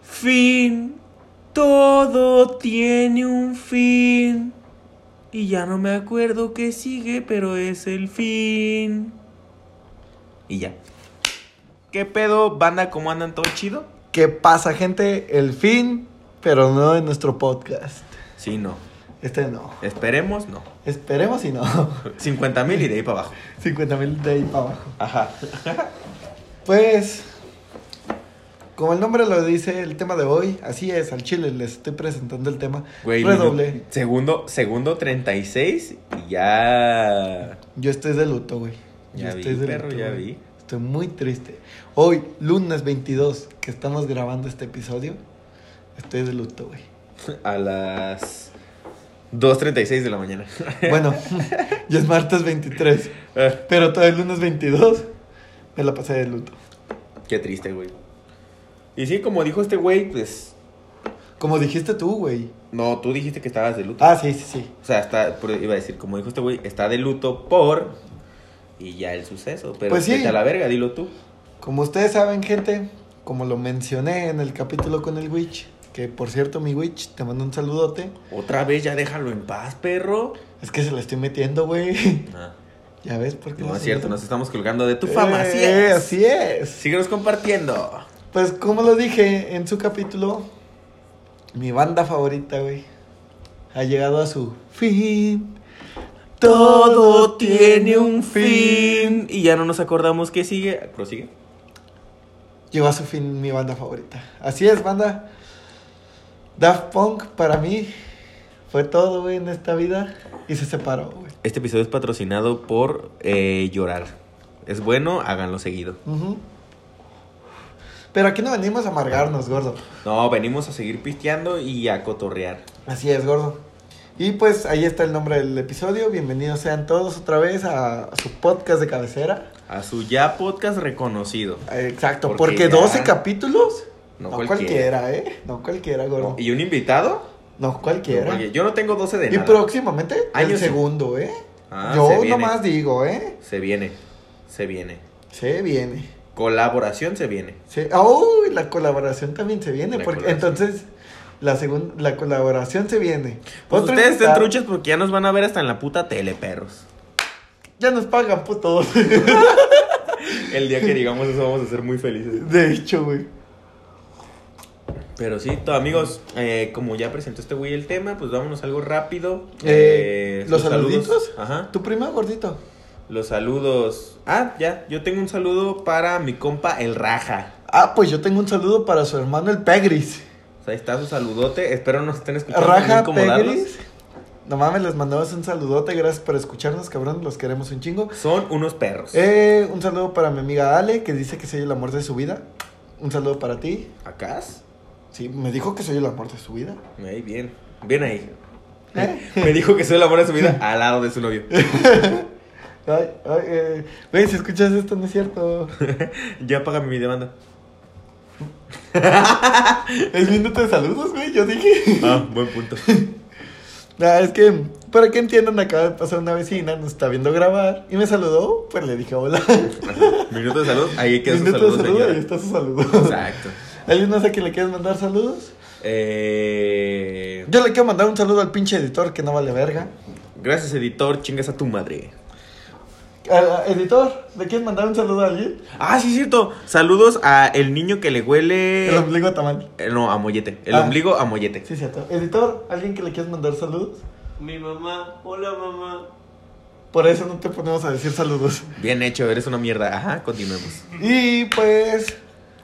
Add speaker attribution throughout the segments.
Speaker 1: fin, todo tiene un fin. Y ya no me acuerdo qué sigue, pero es el fin. Y ya. ¿Qué pedo, banda? ¿Cómo andan? ¿Todo chido?
Speaker 2: ¿Qué pasa, gente? El fin, pero no en nuestro podcast.
Speaker 1: Sí, no.
Speaker 2: Este no.
Speaker 1: Esperemos, no.
Speaker 2: Esperemos y no.
Speaker 1: 50 mil y de ahí para abajo.
Speaker 2: 50 mil de ahí para abajo.
Speaker 1: Ajá.
Speaker 2: Pues, como el nombre lo dice, el tema de hoy, así es, al chile les estoy presentando el tema.
Speaker 1: Güey,
Speaker 2: Redoble.
Speaker 1: minu- segundo, segundo 36 y ya.
Speaker 2: Yo estoy de luto, güey. Yo
Speaker 1: Ya vi,
Speaker 2: estoy de
Speaker 1: perro,
Speaker 2: luto,
Speaker 1: ya
Speaker 2: güey.
Speaker 1: vi.
Speaker 2: Estoy muy triste. Hoy, lunes 22, que estamos grabando este episodio, estoy de luto, güey.
Speaker 1: A las 2.36 de la mañana.
Speaker 2: Bueno, ya es martes 23, pero todavía el lunes 22 me la pasé de luto.
Speaker 1: Qué triste, güey. Y sí, como dijo este güey, pues.
Speaker 2: Como dijiste tú, güey.
Speaker 1: No, tú dijiste que estabas de luto.
Speaker 2: Ah, sí, sí, sí.
Speaker 1: O sea, está, por- iba a decir, como dijo este güey, está de luto por. Y ya el suceso. Pero
Speaker 2: Pues sí.
Speaker 1: vete a la verga, dilo tú.
Speaker 2: Como ustedes saben, gente, como lo mencioné en el capítulo con el Witch, que por cierto, mi Witch, te mando un saludote.
Speaker 1: Otra vez ya déjalo en paz, perro. Ah,
Speaker 2: Es que se la estoy metiendo, güey. Ya ves, porque
Speaker 1: no es cierto, nos estamos colgando de tu
Speaker 2: tu
Speaker 1: fama. Así es.
Speaker 2: Eh, Así es.
Speaker 1: Síguenos compartiendo.
Speaker 2: Pues como lo dije en su capítulo, mi banda favorita, güey, ha llegado a su fin.
Speaker 1: Todo tiene un fin. Y ya no nos acordamos qué sigue. ¿Prosigue?
Speaker 2: Llegó a su fin mi banda favorita. Así es, banda. Daft Punk para mí fue todo, güey, en esta vida. Y se separó, güey.
Speaker 1: Este episodio es patrocinado por eh, Llorar. Es bueno, háganlo seguido.
Speaker 2: Ujú. Pero aquí no venimos a amargarnos, gordo.
Speaker 1: No, venimos a seguir pisteando y a cotorrear.
Speaker 2: Así es, gordo. Y pues ahí está el nombre del episodio. Bienvenidos sean todos otra vez a, a su podcast de cabecera.
Speaker 1: A su ya podcast reconocido.
Speaker 2: Eh, Exacto,
Speaker 1: Porque
Speaker 2: porque,
Speaker 1: ya-
Speaker 2: 12 capítulos.
Speaker 1: No
Speaker 2: No,
Speaker 1: cualquiera.
Speaker 2: cualquiera. ¿eh? No cualquiera, gordo.
Speaker 1: ¿Y un invitado?
Speaker 2: No cualquiera.
Speaker 1: Oye, yo no tengo 12 de
Speaker 2: y
Speaker 1: nada.
Speaker 2: próximamente,
Speaker 1: Años-
Speaker 2: el segundo, ¿eh?
Speaker 1: Ah, se
Speaker 2: Yo
Speaker 1: viene.
Speaker 2: nomás digo, ¿eh?
Speaker 1: Se viene, se viene.
Speaker 2: Se viene.
Speaker 1: Colaboración se viene.
Speaker 2: Se... ¡Uy! la colaboración también se viene.
Speaker 1: La
Speaker 2: porque
Speaker 1: colaboración.
Speaker 2: Entonces, la, segun- la colaboración se viene.
Speaker 1: Pues
Speaker 2: Otro
Speaker 1: ustedes estén
Speaker 2: invitado.
Speaker 1: truchas porque ya nos van a ver hasta en la puta tele, perros.
Speaker 2: Ya nos pagan, pues, putos.
Speaker 1: El día que digamos eso vamos a ser muy felices.
Speaker 2: De hecho, güey.
Speaker 1: Pero sí, to- amigos, eh, como ya presentó este güey el tema, pues vámonos algo rápido.
Speaker 2: Eh, ¿los
Speaker 1: sus saludos.
Speaker 2: saluditos?
Speaker 1: Ajá.
Speaker 2: Tu primo gordito.
Speaker 1: Los saludos. Ah, ya, yo tengo un saludo para mi compa el Raja.
Speaker 2: Ah, pues yo tengo un saludo para su hermano el Pegris.
Speaker 1: O sea, ahí está su saludote. Espero nos estén escuchando. no
Speaker 2: Raja
Speaker 1: incomodarlos.
Speaker 2: Pegris. No mames, les mandamos un saludote. Gracias por escucharnos, cabrón. Los queremos un chingo.
Speaker 1: Son unos perros.
Speaker 2: Eh, un saludo para mi amiga Ale, que dice que soy el amor de su vida. Un saludo para ti.
Speaker 1: ¿Acá?
Speaker 2: Sí, me dijo que soy el amor de su vida.
Speaker 1: Ahí, bien. Bien ahí.
Speaker 2: ¿Eh?
Speaker 1: Me dijo que soy el amor de su vida al lado de su novio.
Speaker 2: Ay, ay, eh, güey, si escuchas esto, no es cierto.
Speaker 1: Ya págame mi demanda.
Speaker 2: Es minuto de saludos, güey, yo dije.
Speaker 1: Ah, buen punto.
Speaker 2: Nah, es que, para que entiendan, acaba de pasar una vecina, nos está viendo grabar y me saludó, pues le dije hola.
Speaker 1: Minuto de salud. Ahí queda su
Speaker 2: Minuto
Speaker 1: saludo,
Speaker 2: de saludo,
Speaker 1: señora.
Speaker 2: ahí está su saludo.
Speaker 1: Exacto.
Speaker 2: ¿Alguien más a quien le quieres mandar saludos?
Speaker 1: Eh,
Speaker 2: Yo le quiero mandar un saludo al pinche editor que no vale verga.
Speaker 1: gracias, editor. Chingas a tu madre.
Speaker 2: Ah, editor, ¿le quieres mandar un saludo a alguien?
Speaker 1: Ah, sí, es cierto. Saludos a el niño que le huele.
Speaker 2: El ombligo a tamal.
Speaker 1: Eh, No, a mollete. El
Speaker 2: Ah.
Speaker 1: ombligo a mollete.
Speaker 2: Sí, cierto. Editor, ¿alguien que le quieres mandar saludos?
Speaker 3: Mi mamá, hola mamá.
Speaker 2: Por eso no te ponemos a decir saludos.
Speaker 1: Bien hecho, eres una mierda. Ajá, continuemos.
Speaker 2: Y pues,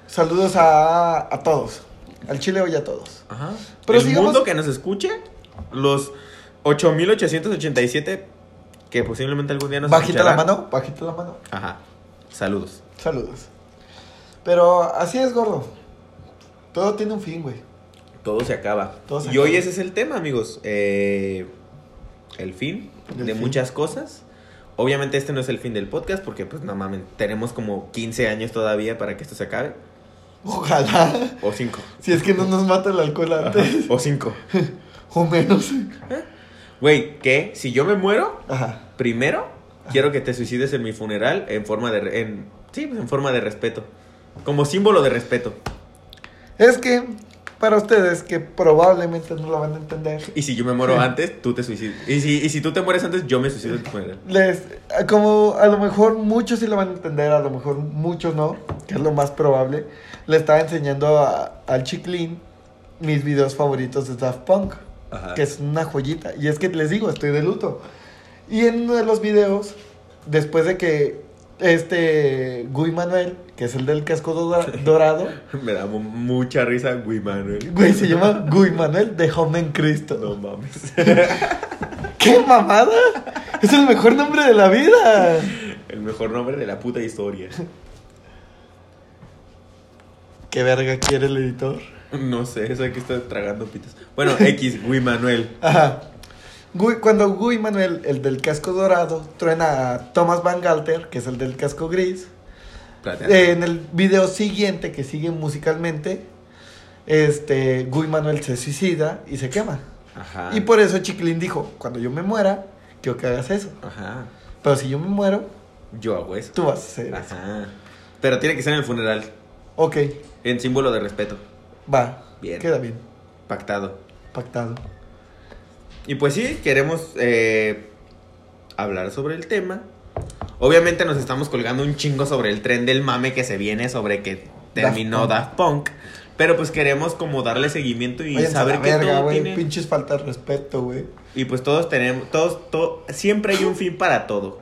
Speaker 2: saludos a, a todos. Al chile hoy a todos.
Speaker 1: Ajá.
Speaker 2: Pero
Speaker 1: el
Speaker 2: sigamos-
Speaker 1: mundo que nos escuche, los 8887 que posiblemente algún día nos
Speaker 2: Bajita la
Speaker 1: escucharán.
Speaker 2: mano, bajita la mano.
Speaker 1: Ajá. Saludos.
Speaker 2: Saludos. Pero así es, gordo. Todo tiene un fin, güey.
Speaker 1: Todo se acaba.
Speaker 2: Todo se
Speaker 1: y hoy
Speaker 2: acaba.
Speaker 1: ese es el tema, amigos. Eh, el fin
Speaker 2: El
Speaker 1: de
Speaker 2: fin.
Speaker 1: muchas cosas. Obviamente este no es el fin del podcast porque pues no mames, tenemos como 15 años todavía para que esto se acabe.
Speaker 2: Ojalá.
Speaker 1: O 5.
Speaker 2: Si es que no nos mata el alcohol antes.
Speaker 1: O 5.
Speaker 2: O menos.
Speaker 1: Güey, ¿qué? Si yo me muero,
Speaker 2: Ajá.
Speaker 1: primero quiero que te suicides en mi funeral en forma de... re- En, sí, pues en forma de respeto. Como símbolo de respeto.
Speaker 2: Es que Para ustedes que probablemente no lo van a entender.
Speaker 1: Y si yo me muero antes, tú te suicidas. Y si, y si tú te mueres antes, yo me suicido en tu funeral.
Speaker 2: Les, como a lo mejor muchos sí lo van a entender, a lo mejor muchos no, que es lo más probable. Le estaba enseñando a- al Chiclín mis videos favoritos de Daft Punk,
Speaker 1: Ajá.
Speaker 2: que es una joyita. Y es que les digo, estoy de luto. Y en uno de los videos, después de que este Guy Manuel, que es el del casco dora- dorado,
Speaker 1: Me da mu- mucha risa, güey, Manuel.
Speaker 2: güey, se llama Guy Manuel de Home en Cristo.
Speaker 1: No mames.
Speaker 2: ¡Qué mamada! Es el mejor nombre de la vida.
Speaker 1: El mejor nombre de la puta historia.
Speaker 2: ¿Qué verga quiere el editor?
Speaker 1: No sé, eso aquí está tragando pitas. Bueno, X, güey, Manuel.
Speaker 2: Ajá. Gui- cuando Guy Manuel, el del casco dorado, truena a Thomas Van Galter, que es el del casco gris,
Speaker 1: Platea.
Speaker 2: eh, en el video siguiente que sigue musicalmente, este, Guy Manuel se suicida y se quema.
Speaker 1: Ajá.
Speaker 2: Y por eso Chiquilín dijo, cuando yo me muera, quiero que hagas eso.
Speaker 1: Ajá.
Speaker 2: Pero si yo me muero,
Speaker 1: Yo hago eso.
Speaker 2: tú vas a hacer
Speaker 1: Ah.
Speaker 2: eso.
Speaker 1: Ajá. Pero tiene que ser en el funeral.
Speaker 2: Ok,
Speaker 1: En símbolo de respeto.
Speaker 2: va.
Speaker 1: Bien.
Speaker 2: Queda bien.
Speaker 1: Pactado.
Speaker 2: Pactado.
Speaker 1: Y pues sí, queremos eh, hablar sobre el tema. Obviamente nos estamos colgando un chingo sobre el tren del mame que se viene sobre que terminó Daft
Speaker 2: Daft
Speaker 1: Punk. Pero pues queremos como darle seguimiento y
Speaker 2: Váyanse a
Speaker 1: saber
Speaker 2: la
Speaker 1: que
Speaker 2: verga,
Speaker 1: todo
Speaker 2: güey.
Speaker 1: tiene-
Speaker 2: Pinches falta de respeto, güey.
Speaker 1: Y pues todos tenemos, todos, to- siempre hay un fin para todo.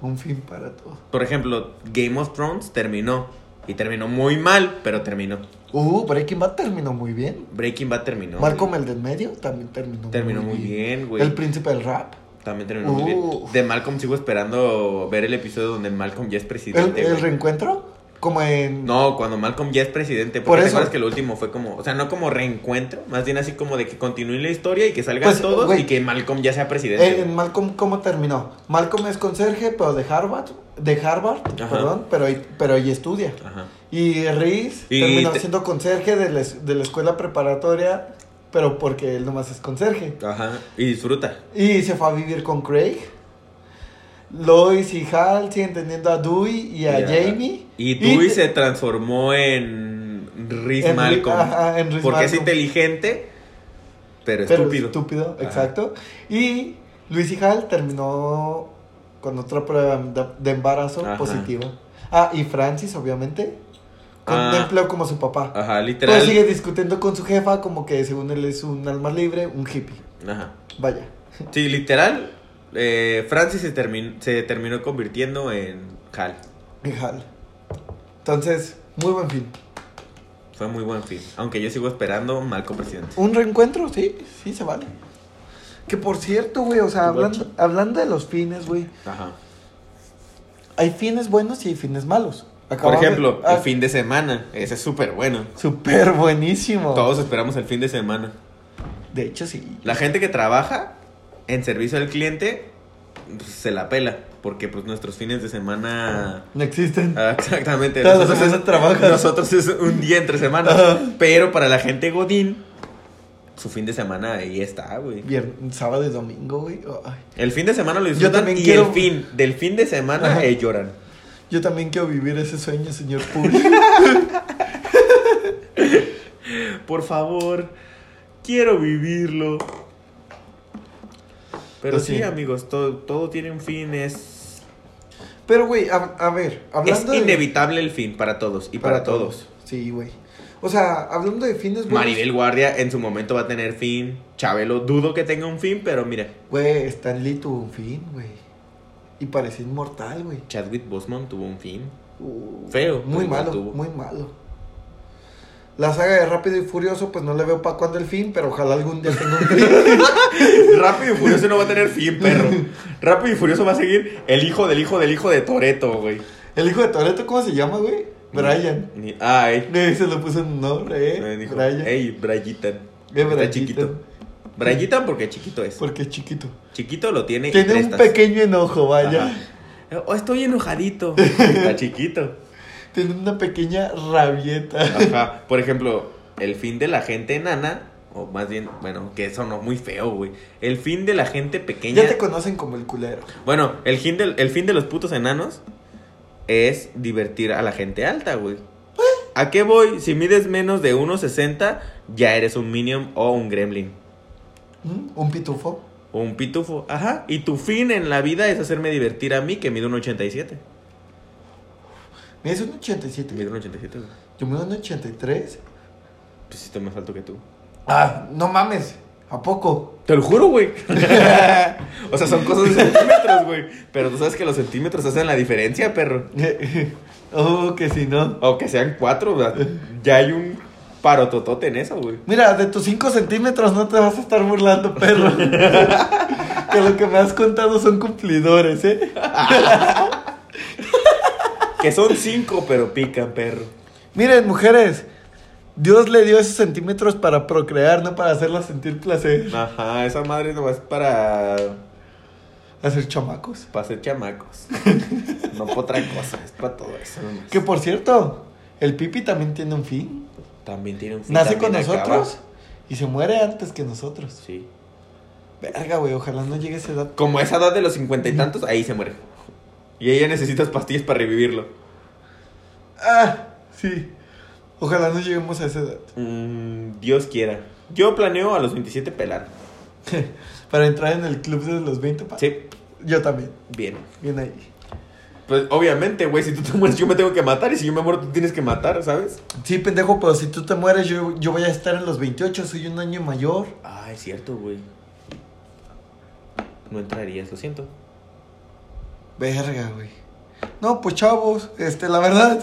Speaker 2: Un fin para todo.
Speaker 1: Por ejemplo, Game of Thrones terminó. Y terminó muy mal, pero terminó.
Speaker 2: Uh, Breaking Bad terminó muy bien.
Speaker 1: Breaking Bad terminó.
Speaker 2: Malcolm el del medio también terminó
Speaker 1: Terminó muy bien, güey.
Speaker 2: El príncipe del rap.
Speaker 1: También terminó muy bien.
Speaker 2: Uf.
Speaker 1: De Malcolm sigo esperando ver el episodio donde Malcolm ya es
Speaker 2: El,
Speaker 1: presidente.
Speaker 2: el
Speaker 1: güey.
Speaker 2: reencuentro, como en...
Speaker 1: No, cuando Malcolm ya es presidente.
Speaker 2: Por
Speaker 1: Porque te
Speaker 2: eso.
Speaker 1: acuerdas que lo último fue como, o sea, no como reencuentro, más bien así como de que continúe la historia y que salgan
Speaker 2: Pues,
Speaker 1: todos
Speaker 2: güey. Eh,
Speaker 1: y que Malcolm ya sea presidente.
Speaker 2: En, en Malcolm, ¿cómo terminó? Malcolm es conserje, pero de Harvard, de Harvard,
Speaker 1: Ajá.
Speaker 2: perdón, pero, ahí- pero ella estudia.
Speaker 1: Ajá.
Speaker 2: Y Reese
Speaker 1: Y
Speaker 2: terminó
Speaker 1: te-
Speaker 2: siendo conserje de la, es- de la escuela preparatoria, pero porque él nomás es conserje.
Speaker 1: Ajá. Y disfruta.
Speaker 2: Y se fue a vivir con Craig. Lois y Hal siguen teniendo a Dewey y a
Speaker 1: Y a-
Speaker 2: Jamie.
Speaker 1: Y Dewey
Speaker 2: te-
Speaker 1: se transformó en Riz
Speaker 2: En Riz-
Speaker 1: Malcolm.
Speaker 2: ajá, en Riz
Speaker 1: porque es
Speaker 2: Malcolm.
Speaker 1: inteligente, pero
Speaker 2: Pero
Speaker 1: estúpido.
Speaker 2: estúpido,
Speaker 1: Ajá.
Speaker 2: exacto. Y Luis y Hal terminó con otra prueba de, de embarazo
Speaker 1: Ajá.
Speaker 2: positiva. Ah, y Francis, obviamente, con
Speaker 1: Ah.
Speaker 2: un empleo como su papá.
Speaker 1: Ajá,
Speaker 2: Pero
Speaker 1: literal.
Speaker 2: Pues sigue discutiendo con su jefa como que según él es un alma libre, un hippie.
Speaker 1: Ajá.
Speaker 2: Vaya.
Speaker 1: Sí, literal. eh, Francis se, termin- se terminó convirtiendo en Hal.
Speaker 2: Y Hal. Entonces, muy buen fin.
Speaker 1: Fue muy buen fin. Aunque yo sigo esperando Malcolm presidente.
Speaker 2: Un reencuentro, sí, sí se vale. Que por cierto, güey, o sea, hablando, hablando de los fines, güey,
Speaker 1: Ajá.
Speaker 2: hay fines buenos y hay fines malos.
Speaker 1: Por
Speaker 2: Acabamos de-
Speaker 1: ejemplo,
Speaker 2: ah,
Speaker 1: el fin de semana. Ese es súper bueno.
Speaker 2: Súper buenísimo.
Speaker 1: Todos esperamos el fin de semana.
Speaker 2: De hecho, sí.
Speaker 1: La gente que trabaja en servicio al cliente pues, se la pela. Porque pues nuestros fines de semana.
Speaker 2: No existen.
Speaker 1: Ah, Exactamente.
Speaker 2: Toda la semana trabajas.
Speaker 1: nosotros es un día entre semana.
Speaker 2: Ajá.
Speaker 1: Pero para la gente Godín, su fin de semana ahí está, güey.
Speaker 2: Viernes, sábado y domingo, güey. Oh, Ay.
Speaker 1: El fin de semana lo disfrutan
Speaker 2: también
Speaker 1: y
Speaker 2: quiero-
Speaker 1: el fin del fin de semana
Speaker 2: Ajá.
Speaker 1: eh, lloran.
Speaker 2: Yo también quiero vivir ese sueño, señor público.
Speaker 1: Por favor, quiero vivirlo. Pero
Speaker 2: Lo
Speaker 1: sí,
Speaker 2: siento.
Speaker 1: amigos, todo, todo tiene un fin. Es,
Speaker 2: Pero, güey, a, a ver,
Speaker 1: es
Speaker 2: hablando de-
Speaker 1: inevitable el fin para todos y para, todos.
Speaker 2: Sí, güey. O sea, hablando de fines buenos.
Speaker 1: Maribel Guardia en su momento va a tener fin. Chabelo, dudo que tenga un fin, pero mira,
Speaker 2: Güey, Stanley tuvo un fin, güey. Y parecía inmortal, güey.
Speaker 1: Chadwick Boseman tuvo un fin.
Speaker 2: Uh,
Speaker 1: Feo,
Speaker 2: Muy
Speaker 1: pero
Speaker 2: malo,
Speaker 1: tuvo.
Speaker 2: muy malo. La saga de Rápido y Furioso, pues no le veo para cuándo el fin, pero ojalá algún día tenga un fin.
Speaker 1: Rápido y Furioso no va a tener fin, perro. Rápido y Furioso va a seguir el hijo del hijo del hijo de Toreto, güey.
Speaker 2: el hijo de Toreto, ¿cómo se llama, güey? Brian.
Speaker 1: Ni- Ay.
Speaker 2: Eh, se lo puso en nombre, eh.
Speaker 1: Me dijo,
Speaker 2: Brian.
Speaker 1: Ey, Brayitan.
Speaker 2: Eh,
Speaker 1: Está
Speaker 2: Brayitan.
Speaker 1: chiquito. Brayitan porque chiquito es.
Speaker 2: Porque es chiquito.
Speaker 1: Chiquito lo tiene. y
Speaker 2: Tiene un
Speaker 1: prestas.
Speaker 2: pequeño enojo, vaya.
Speaker 1: Ajá. Oh, estoy enojadito. Está chiquito.
Speaker 2: Tiene una pequeña rabieta.
Speaker 1: Ajá. Por ejemplo, el fin de la gente enana. O más bien, bueno, que eso no muy feo, güey. El fin de la gente pequeña.
Speaker 2: Ya te conocen como el culero.
Speaker 1: Bueno, el fin,
Speaker 2: ¿Eh?
Speaker 1: del, el fin de los putos enanos es divertir a la gente alta, güey. ¿A qué voy? Si mides menos de 1.60, ya eres un Minion o un Gremlin.
Speaker 2: ¿Mm? Un pitufo.
Speaker 1: O un pitufo. Ajá. Y tu fin en la vida es hacerme divertir a mí, que mido un 87.
Speaker 2: Me es un 87.
Speaker 1: Mido un 87, güey.
Speaker 2: Yo me un 83.
Speaker 1: Pues sí, estoy más alto que tú.
Speaker 2: Ah, no mames. ¿A poco?
Speaker 1: Te lo juro, güey. o sea, son cosas de centímetros, güey. Pero tú sabes que los centímetros hacen la diferencia, perro.
Speaker 2: oh, que si no.
Speaker 1: Aunque sean cuatro, o sea, ya hay un parototote en eso, güey.
Speaker 2: Mira, de tus 5 centímetros no te vas a estar burlando, perro. que lo que me has contado son cumplidores, ¿eh?
Speaker 1: Que son cinco, pero pican, perro.
Speaker 2: Miren, mujeres. Dios le dio esos centímetros para procrear, no para hacerlas sentir placer.
Speaker 1: Ajá, esa madre nomás es para,
Speaker 2: Hacer chamacos.
Speaker 1: para hacer chamacos. no para otra cosa, es para todo eso. nomás.
Speaker 2: Que por cierto, el pipi también tiene un fin.
Speaker 1: También tiene un fin,
Speaker 2: Nace con
Speaker 1: también acaba.
Speaker 2: nosotros y se muere antes que nosotros.
Speaker 1: Sí.
Speaker 2: Verga, güey, ojalá no llegue a esa edad.
Speaker 1: Como a esa edad de los cincuenta y tantos, ahí se muere. Y ella necesitas pastillas para revivirlo.
Speaker 2: Ah, sí. Ojalá no lleguemos a esa edad.
Speaker 1: Mm, Dios quiera. Yo planeo a los 27 pelar.
Speaker 2: Para entrar en el club de los 20 pa-
Speaker 1: Sí,
Speaker 2: Yo también.
Speaker 1: bien.
Speaker 2: Bien ahí.
Speaker 1: Pues obviamente, güey, si tú te mueres yo me tengo que matar y si yo me muero tú tienes que matar, ¿sabes?
Speaker 2: Sí, pendejo, pero si tú te mueres, yo, yo voy a estar en los 28, soy un año mayor.
Speaker 1: Ah, es cierto, güey. No entrarías, lo siento.
Speaker 2: Verga, güey. No, pues chavos, este, la verdad.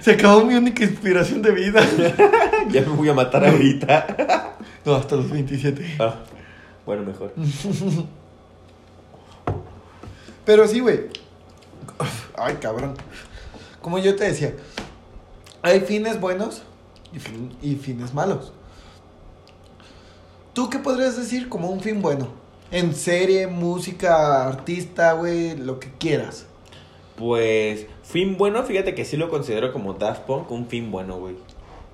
Speaker 2: se acabó mi única inspiración de vida.
Speaker 1: ya me voy a matar ahorita.
Speaker 2: No, hasta los 27.
Speaker 1: Ah, bueno, mejor.
Speaker 2: Pero sí, güey. Ay, cabrón. Como yo te decía, hay fines buenos y, fin- y fines malos. ¿Tú qué podrías decir como un fin bueno? En serie, música, artista, güey, lo que quieras.
Speaker 1: Pues, fin bueno, fíjate que sí lo considero como Daft Punk un fin bueno, güey.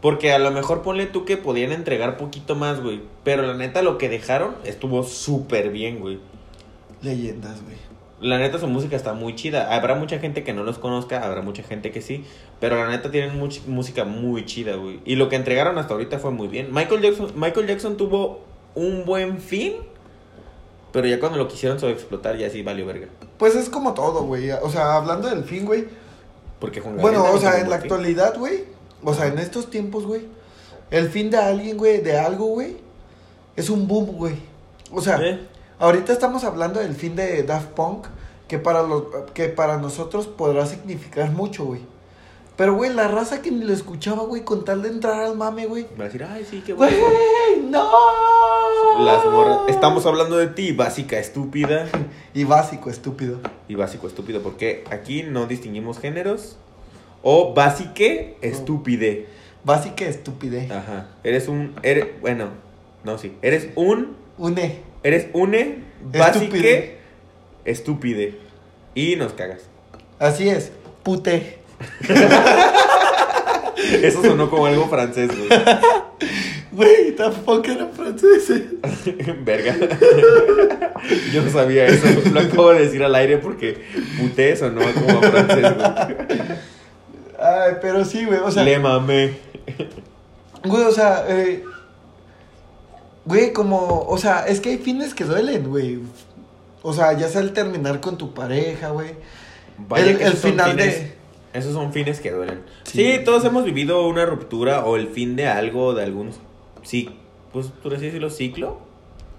Speaker 1: Porque a lo mejor ponle tú que podían entregar poquito más, güey. Pero la neta, lo que dejaron estuvo súper bien, güey.
Speaker 2: Leyendas, güey.
Speaker 1: La neta, su música está muy chida. Habrá mucha gente que no los conozca, habrá mucha gente que sí. Pero la neta, tienen much- música muy chida, güey. Y lo que entregaron hasta ahorita fue muy bien. Michael Jackson, Michael Jackson tuvo un buen fin. Pero ya cuando lo quisieron sobreexplotar, ya sí valió verga.
Speaker 2: Pues es como todo, güey. O sea, hablando del fin, güey.
Speaker 1: Porque Juan Gabriel
Speaker 2: Bueno, o
Speaker 1: también
Speaker 2: sea,
Speaker 1: tuvo
Speaker 2: en
Speaker 1: un
Speaker 2: la
Speaker 1: buen fin.
Speaker 2: actualidad, güey. O sea, en estos tiempos, güey. El fin de alguien, güey, de algo, güey. Es un boom, güey. O sea,
Speaker 1: ¿Eh?
Speaker 2: ahorita estamos hablando del fin de Daft Punk. Que para, los, que para nosotros podrá significar mucho, güey. Pero, güey, la raza que ni lo escuchaba, güey, con tal de entrar al mame, güey.
Speaker 1: Va a decir, ay, sí, qué bueno.
Speaker 2: ¡Güey! ¡No!
Speaker 1: Las morras. Estamos hablando de ti, básica estúpida.
Speaker 2: Y básico, estúpido.
Speaker 1: Y básico estúpido, porque aquí no distinguimos géneros. O básique estúpide.
Speaker 2: Básica, estupidez.
Speaker 1: Ajá. Eres un. Eres, bueno, no, sí. Eres un.
Speaker 2: Une.
Speaker 1: Eres une básique estúpide. Y nos cagas.
Speaker 2: Así es. Pute.
Speaker 1: Eso sonó como algo francés, güey.
Speaker 2: Güey, tampoco eran franceses.
Speaker 1: Verga. Yo no sabía eso. Lo acabo de decir al aire porque puté sonó como a francés, güey.
Speaker 2: Ay, pero sí, güey, o sea,
Speaker 1: Le mamé.
Speaker 2: güey, o sea, eh, güey, como, o sea, es que hay fines que duelen, güey. O sea, ya sea el terminar con tu pareja, güey.
Speaker 1: Vaya
Speaker 2: El-
Speaker 1: que
Speaker 2: el
Speaker 1: esos son
Speaker 2: final de-
Speaker 1: fines- Esos son fines que duelen.
Speaker 2: Sí.
Speaker 1: Sí. todos hemos vivido una ruptura o el fin de algo, de algún. Sí, pues por así decirlo, ciclo.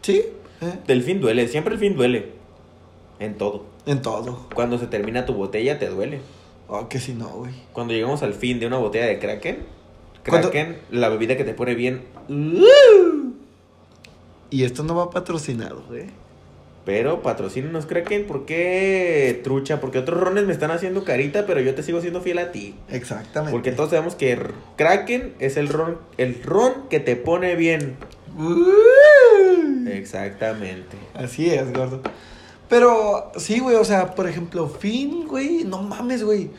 Speaker 2: Sí, eh,
Speaker 1: El fin duele, siempre el fin duele. En todo.
Speaker 2: en todo.
Speaker 1: Cuando se termina tu botella, te duele.
Speaker 2: Oh, que si no, güey.
Speaker 1: Cuando llegamos al fin de una botella de Kraken,
Speaker 2: Cuando-
Speaker 1: Kraken, la bebida que te pone bien,
Speaker 2: Y esto no va patrocinado, güey.
Speaker 1: Pero patrocínenos, Kraken, ¿por qué trucha? Porque otros rones me están haciendo carita, pero yo te sigo siendo fiel a ti.
Speaker 2: Exactamente.
Speaker 1: Porque todos sabemos que R- Kraken es el ron, el ron que te pone bien.
Speaker 2: Uh.
Speaker 1: Eh, Exactamente.
Speaker 2: Así es, gordo. Pero sí, güey, o sea, por ejemplo, Finn, güey, no mames, güey.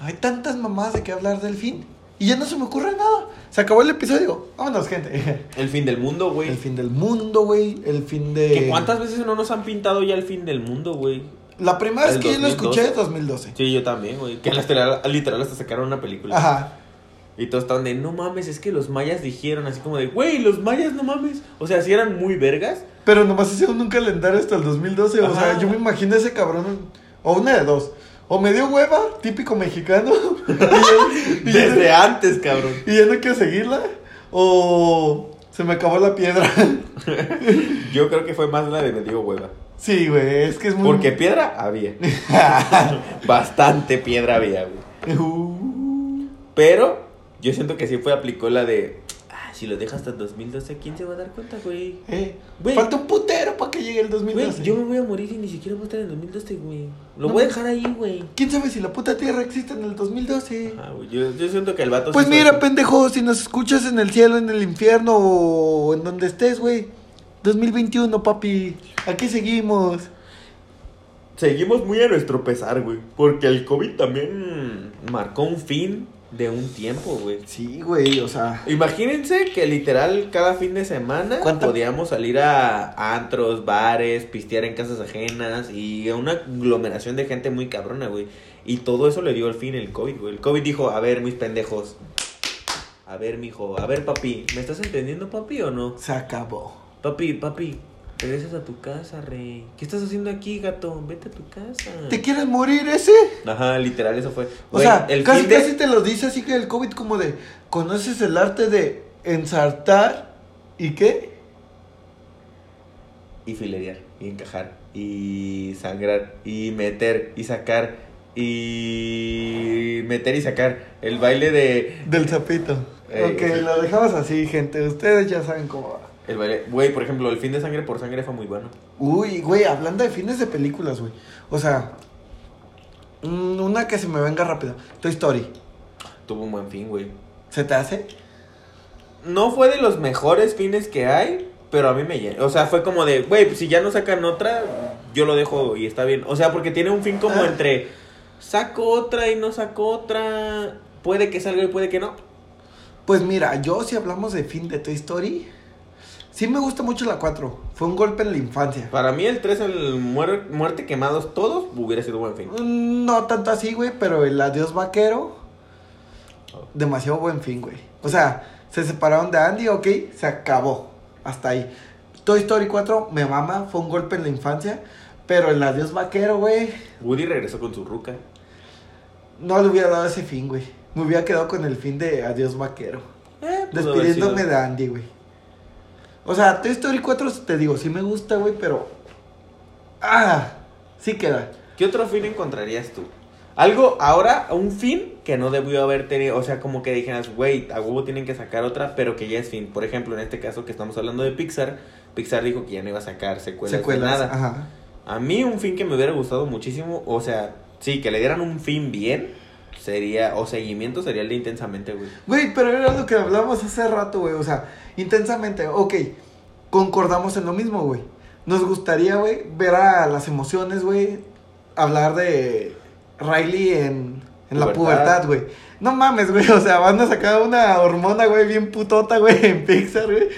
Speaker 2: Hay tantas mamás de qué hablar del Finn. Y ya no se me ocurre nada. Se acabó el episodio. Vámonos, gente.
Speaker 1: El fin del mundo, güey.
Speaker 2: El fin del mundo, güey. El fin de.
Speaker 1: ¿Que ¿Cuántas veces no nos han pintado ya el fin del mundo, güey?
Speaker 2: La primera vez
Speaker 1: El
Speaker 2: que yo lo
Speaker 1: 2012.
Speaker 2: escuché es 2012.
Speaker 1: Sí, pues. yo también, güey. Que literal, literal hasta sacaron una película.
Speaker 2: Ajá.
Speaker 1: Y todos estaban de, no mames, es que los mayas dijeron así como de, güey, los mayas no mames. O sea, si eran muy vergas.
Speaker 2: Pero nomás hicieron un calendario hasta el 2012. O
Speaker 1: Ajá.
Speaker 2: sea, yo me imagino a ese cabrón. O una de dos. O me dio hueva, típico mexicano. y ya- y ya-
Speaker 1: Desde antes, cabrón.
Speaker 2: y ya no quiero seguirla. O se me acabó la piedra.
Speaker 1: Yo creo que fue más la de me dio hueva.
Speaker 2: sí, güey, es que es muy.
Speaker 1: Porque piedra había. Bastante piedra había, güey.
Speaker 2: Eh, Uh,
Speaker 1: Pero yo siento que sí fue aplicó la de, ah, si lo dejas hasta el 2012, ¿quién se va a dar cuenta, güey?
Speaker 2: eh,
Speaker 1: Güey.
Speaker 2: Falta un putero para que llegue el
Speaker 1: Güey,
Speaker 2: 2012.
Speaker 1: yo me voy a morir y ni siquiera voy a estar en el 2012, güey. Lo
Speaker 2: No
Speaker 1: voy a
Speaker 2: mames.
Speaker 1: dejar ahí, güey.
Speaker 2: ¿Quién sabe si la puta tierra existe en el 2012?
Speaker 1: Ah, güey, yo, yo siento que el vato...
Speaker 2: Pues
Speaker 1: sí fue-
Speaker 2: mira, pendejo, si nos escuchas en el cielo, en el infierno o en donde estés, güey. 2021, papi. Aquí seguimos.
Speaker 1: Seguimos muy a nuestro pesar, güey. Porque el COVID también marcó un fin de un tiempo, güey.
Speaker 2: Sí, güey, o sea.
Speaker 1: Imagínense que literal cada fin de semana
Speaker 2: ¿Cuánta-
Speaker 1: podíamos salir a antros, bares, pistear en casas ajenas y a una aglomeración de gente muy cabrona, güey. Y todo eso le dio el fin el COVID, güey. El COVID dijo, a ver, mis pendejos. A ver, mijo. A ver, papi. ¿Me estás entendiendo, papi, o no?
Speaker 2: Se acabó.
Speaker 1: Papi, papi. Regresas a tu casa, rey. ¿Qué estás haciendo aquí, gato? Vete a tu casa.
Speaker 2: ¿Te quieres morir ese?
Speaker 1: Ajá, literal, eso fue.
Speaker 2: O
Speaker 1: Güey,
Speaker 2: sea,
Speaker 1: el
Speaker 2: casi,
Speaker 1: fin de-
Speaker 2: casi te lo dice así que el COVID como de, ¿conoces el arte de ensartar y qué?
Speaker 1: Y filerear, y encajar, y sangrar, y meter, y sacar, y meter y sacar. El baile de...
Speaker 2: Del zapito.
Speaker 1: Ey,
Speaker 2: ok,
Speaker 1: sí.
Speaker 2: lo dejamos así, gente. Ustedes ya saben cómo va.
Speaker 1: El baile... Güey, por ejemplo, el fin de sangre por sangre fue muy bueno.
Speaker 2: Uy, güey, hablando de fines de películas, güey. O sea, mm, una que se me venga rápido. Toy Story.
Speaker 1: Tuvo un buen fin, güey.
Speaker 2: ¿Se te hace?
Speaker 1: No fue de los mejores fines que hay, pero a mí me llenó. O sea, fue como de, güey, pues si ya no sacan otra, yo lo dejo y está bien. O sea, porque tiene un fin como
Speaker 2: Ah.
Speaker 1: entre saco otra y no saco otra. Puede que salga y puede que no.
Speaker 2: Pues mira, yo si hablamos de fin de Toy Story, sí me gusta mucho la 4. Fue un golpe en la infancia.
Speaker 1: Para mí el 3, el muer- muerte quemados todos, hubiera sido buen fin.
Speaker 2: Mm, No tanto así, güey, pero el adiós vaquero. Demasiado buen fin, güey. O sea, se separaron de Andy, ok, se acabó. Hasta ahí. Toy Story 4, me mama, fue un golpe en la infancia. Pero el adiós vaquero, güey,
Speaker 1: Woody regresó con su ruca. Eh,
Speaker 2: no le hubiera dado ese fin, güey. Me hubiera quedado con el fin de adiós vaquero.
Speaker 1: Eh, pudo haber
Speaker 2: Despidiéndome
Speaker 1: sido-
Speaker 2: de Andy, güey. O sea, Toy Story 4, te digo, sí me gusta, güey, pero. ¡Ah! Sí queda.
Speaker 1: ¿Qué otro fin encontrarías tú? Algo ahora, un fin que no debió haber tenido, o sea, como que dijeras, güey, a huevo tienen que sacar otra, pero que ya es fin. Por ejemplo, en este caso que estamos hablando de Pixar, Pixar dijo que ya no iba a sacar secuelas, de
Speaker 2: Secuelas.
Speaker 1: nada.
Speaker 2: Ajá.
Speaker 1: A mí un fin que me hubiera gustado muchísimo, o sea, sí, que le dieran un fin bien, sería, o seguimiento sería el de intensamente, güey.
Speaker 2: Güey, pero era lo que hablamos hace rato, güey. O sea, intensamente, ok. Concordamos en lo mismo, güey. Nos gustaría, güey, ver a las emociones, güey. Hablar de Riley en, en la
Speaker 1: Pubertad.
Speaker 2: pubertad, güey. No mames, güey. O sea, van a sacar una hormona, güey, bien putota, güey, en Pixar, güey.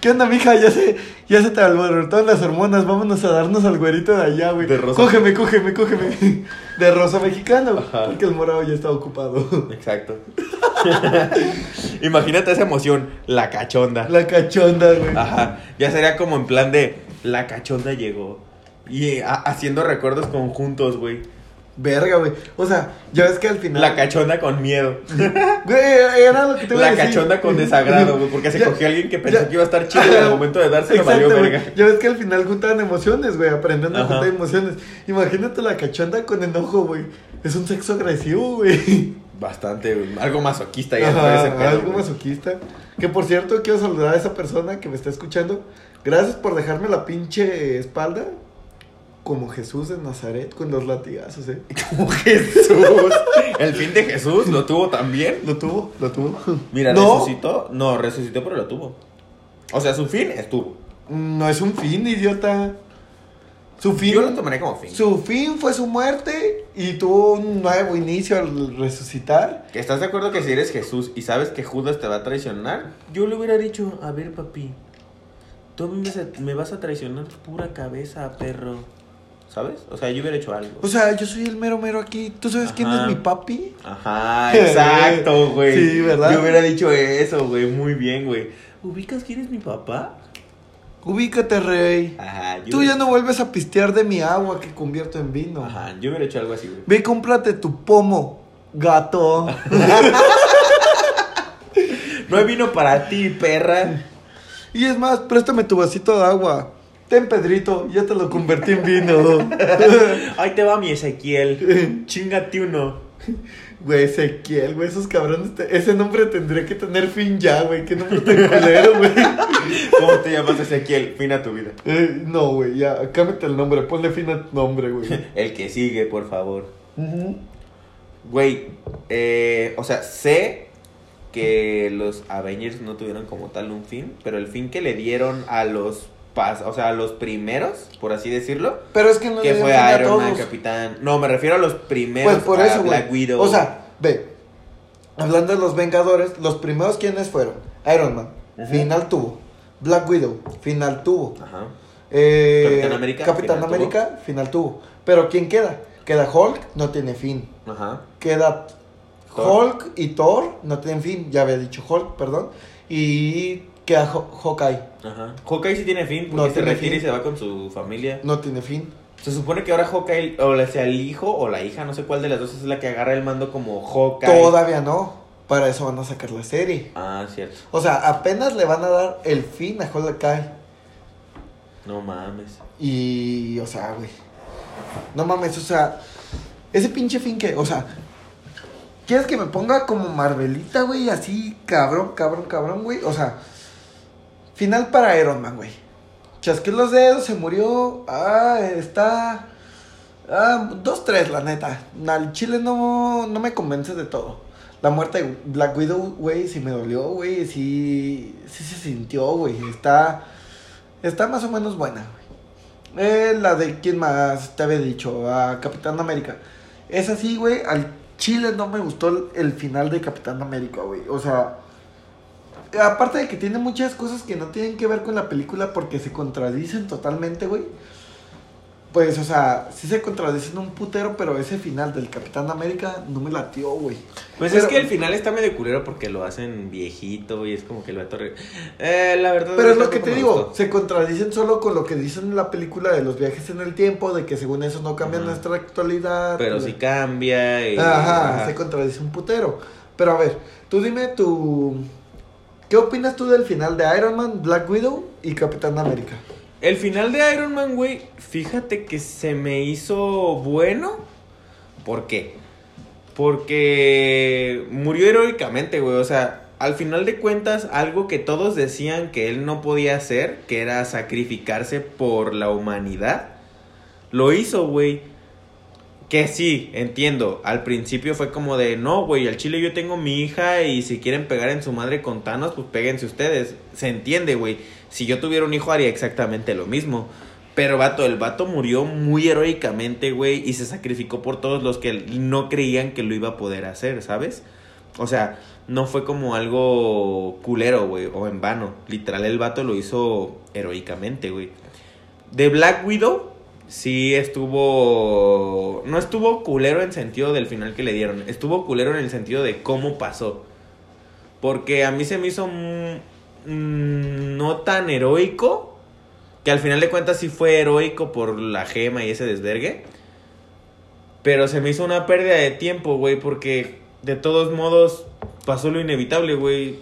Speaker 2: ¿Qué onda, mija? Ya se, ya se te alborotaron las hormonas. Vámonos a darnos al güerito de allá, güey.
Speaker 1: De rosa.
Speaker 2: Cógeme, cógeme, cógeme. De rosa mexicano, güey.
Speaker 1: Ajá.
Speaker 2: Porque el morado ya está ocupado.
Speaker 1: Exacto. Imagínate esa emoción, la cachonda.
Speaker 2: La cachonda, güey.
Speaker 1: Ajá, ya sería como en plan de la cachonda llegó. Y eh, ha- haciendo recuerdos conjuntos, güey.
Speaker 2: Verga, güey. O sea, ya ves que al final. Ah,
Speaker 1: La cachonda con miedo.
Speaker 2: Güey, era lo que te iba
Speaker 1: La
Speaker 2: a decir.
Speaker 1: cachonda con desagrado, güey. Porque se
Speaker 2: Ya-
Speaker 1: cogió a alguien que pensó
Speaker 2: ya-
Speaker 1: que iba a estar chido y al momento de darse lo
Speaker 2: Exacto,
Speaker 1: valió
Speaker 2: güey.
Speaker 1: verga.
Speaker 2: Ya ves que al final juntaban emociones, güey. Aprendiendo
Speaker 1: Ajá.
Speaker 2: a juntar emociones. Imagínate la cachonda con enojo, güey. Es un sexo agresivo, güey.
Speaker 1: Bastante, güey. Algo masoquista ya.
Speaker 2: Ajá,
Speaker 1: ese pedo,
Speaker 2: Algo
Speaker 1: güey.
Speaker 2: masoquista. Que por cierto, quiero saludar a esa persona que me está escuchando. Gracias por dejarme la pinche espalda. Como Jesús de Nazaret con los latigazos, eh.
Speaker 1: Como Jesús. El fin de Jesús lo tuvo también.
Speaker 2: Lo tuvo, lo tuvo.
Speaker 1: Mira,
Speaker 2: no,
Speaker 1: resucitó. No, resucitó, pero lo tuvo. O sea, su fin estuvo.
Speaker 2: No es un fin, idiota. Su fin,
Speaker 1: Yo lo tomaré como fin.
Speaker 2: su fin fue su muerte y tuvo un nuevo inicio al resucitar.
Speaker 1: ¿Que ¿Estás de acuerdo que si eres Jesús y sabes que Judas te va a traicionar? Yo le hubiera dicho, a ver, papi, tú a mí me vas a- me vas a traicionar pura cabeza, perro. ¿Sabes? O sea, yo hubiera hecho algo.
Speaker 2: O sea, yo soy el mero mero aquí. ¿Tú sabes quién
Speaker 1: Ajá.
Speaker 2: es mi papi?
Speaker 1: Ajá, exacto, güey.
Speaker 2: Sí, ¿verdad?
Speaker 1: Yo hubiera dicho eso, güey. Muy bien, güey. ¿Ubicas quién es mi papá?
Speaker 2: Ubícate, rey.
Speaker 1: Ajá, Ah, yo
Speaker 2: Tú
Speaker 1: hubiera-
Speaker 2: ya no vuelves a pistear de mi agua que convierto en vino.
Speaker 1: Ajá, yo hubiera hecho algo así, güey.
Speaker 2: Ve, y cómprate tu pomo, gato.
Speaker 1: No hay vino para ti, perra.
Speaker 2: y es más, préstame tu vasito de agua. Ten, Pedrito, ya te lo convertí en vino.
Speaker 1: Ahí te va mi Ezequiel. Chingate uno.
Speaker 2: Güey, Ezequiel, güey, esos cabrones. te- Ese nombre tendría que tener fin ya, güey. Qué nombre tan culero, güey.
Speaker 1: ¿Cómo te llamas Ezequiel? Fin a tu vida.
Speaker 2: Eh, no, güey, ya, cámbiate el nombre. Ponle fin a tu nombre, güey.
Speaker 1: El que sigue, por favor.
Speaker 2: Ujú.
Speaker 1: Güey, eh, o sea, sé que los Avengers no tuvieron como tal un fin, pero el fin que le dieron a los pas, o sea, a los primeros, por así decirlo,
Speaker 2: Pero es que no
Speaker 1: que
Speaker 2: le
Speaker 1: fue
Speaker 2: dieron fin a
Speaker 1: Iron Man,
Speaker 2: todos.
Speaker 1: Capitán. No, me refiero a los primeros,
Speaker 2: Pues por
Speaker 1: a
Speaker 2: eso,
Speaker 1: Black
Speaker 2: güey.
Speaker 1: Widow.
Speaker 2: O sea, ve. Hablando de los Vengadores, los primeros quienes fueron Iron Man,
Speaker 1: Ujú.
Speaker 2: final tuvo. Black Widow, final tuvo.
Speaker 1: ajá.
Speaker 2: Eh,
Speaker 1: Capitán América,
Speaker 2: Capitán
Speaker 1: final
Speaker 2: América, final tuvo. Pero ¿quién queda? Queda Hulk, no tiene fin.
Speaker 1: Ajá.
Speaker 2: Queda
Speaker 1: Thor.
Speaker 2: Hulk y Thor, no tienen fin. Ya había dicho Hulk, perdón. Y queda Ho- Hawkeye,
Speaker 1: Ajá. Hawkeye sí tiene fin porque
Speaker 2: No
Speaker 1: se
Speaker 2: tiene
Speaker 1: retira y
Speaker 2: fin.
Speaker 1: se va con su familia.
Speaker 2: no tiene fin.
Speaker 1: Se supone que ahora Hawkeye, o la- sea el hijo o la hija, no sé cuál de las dos es la que agarra el mando como Hawkeye.
Speaker 2: Todavía no. Para eso van a sacar la serie.
Speaker 1: Ah, cierto.
Speaker 2: O sea, apenas le van a dar el fin a Hawkeye.
Speaker 1: No mames.
Speaker 2: Y, o sea, güey. No mames, o sea, ese pinche fin que, o sea, ¿quieres que me ponga como Marvelita, güey? Así, cabrón, cabrón, cabrón, güey. O sea, final para Iron Man, güey. Chasqué los dedos, se murió. Ah, está. Ah, dos, tres, la neta. Al chile no, no me convence de todo. La muerte de Black Widow, güey, sí me dolió, güey. Sí, sí se sintió, güey. Está. Está más o menos buena, güey. Eh, la de quién más te había dicho, a Capitán América. Es así, güey, al Chile no me gustó el, el final de Capitán América, güey. O sea, aparte de que tiene muchas cosas que no tienen que ver con la película porque se contradicen totalmente, güey. Pues, o sea, sí se contradicen un putero, pero ese final del Capitán América no me latió, güey.
Speaker 1: Pues
Speaker 2: Pero-
Speaker 1: es que el final está medio culero porque lo hacen viejito y es como que el vato... re- Eh, la verdad...
Speaker 2: Pero es lo
Speaker 1: tampoco
Speaker 2: que te
Speaker 1: me
Speaker 2: digo,
Speaker 1: gustó.
Speaker 2: se contradicen solo con lo que dicen en la película de los viajes en el tiempo, de que según eso no cambia
Speaker 1: Ajá.
Speaker 2: nuestra actualidad.
Speaker 1: Pero
Speaker 2: la-
Speaker 1: sí cambia y...
Speaker 2: Ajá,
Speaker 1: Eh, ajá.
Speaker 2: se contradice un putero. Pero a ver, tú dime tu... ¿Qué opinas tú del final de Iron Man, Black Widow y Capitán América?
Speaker 1: El final de Iron Man, güey, fíjate que se me hizo bueno. ¿Por qué? Porque murió heroicamente, güey. O sea, al final de cuentas, algo que todos decían que él no podía hacer, que era sacrificarse por la humanidad, lo hizo, güey. Que sí, entiendo. Al principio fue como de, no, güey, al chile yo tengo mi hija y si quieren pegar en su madre con Thanos, pues péguense ustedes. Se entiende, güey. Si yo tuviera un hijo haría exactamente lo mismo. Pero vato, el vato murió muy heroicamente, güey, y se sacrificó por todos los que no creían que lo iba a poder hacer, ¿sabes? O sea, no fue como algo culero, güey, o en vano. Literal, el vato lo hizo heroicamente, güey. De Black Widow, sí estuvo. No estuvo culero en sentido del final que le dieron. Estuvo culero en el sentido de cómo pasó. Porque a mí se me hizo. mm, mm, no tan heroico. Que al final de cuentas sí fue heroico por la gema y ese desvergue. Pero se me hizo una pérdida de tiempo, güey. Porque de todos modos pasó lo inevitable, güey.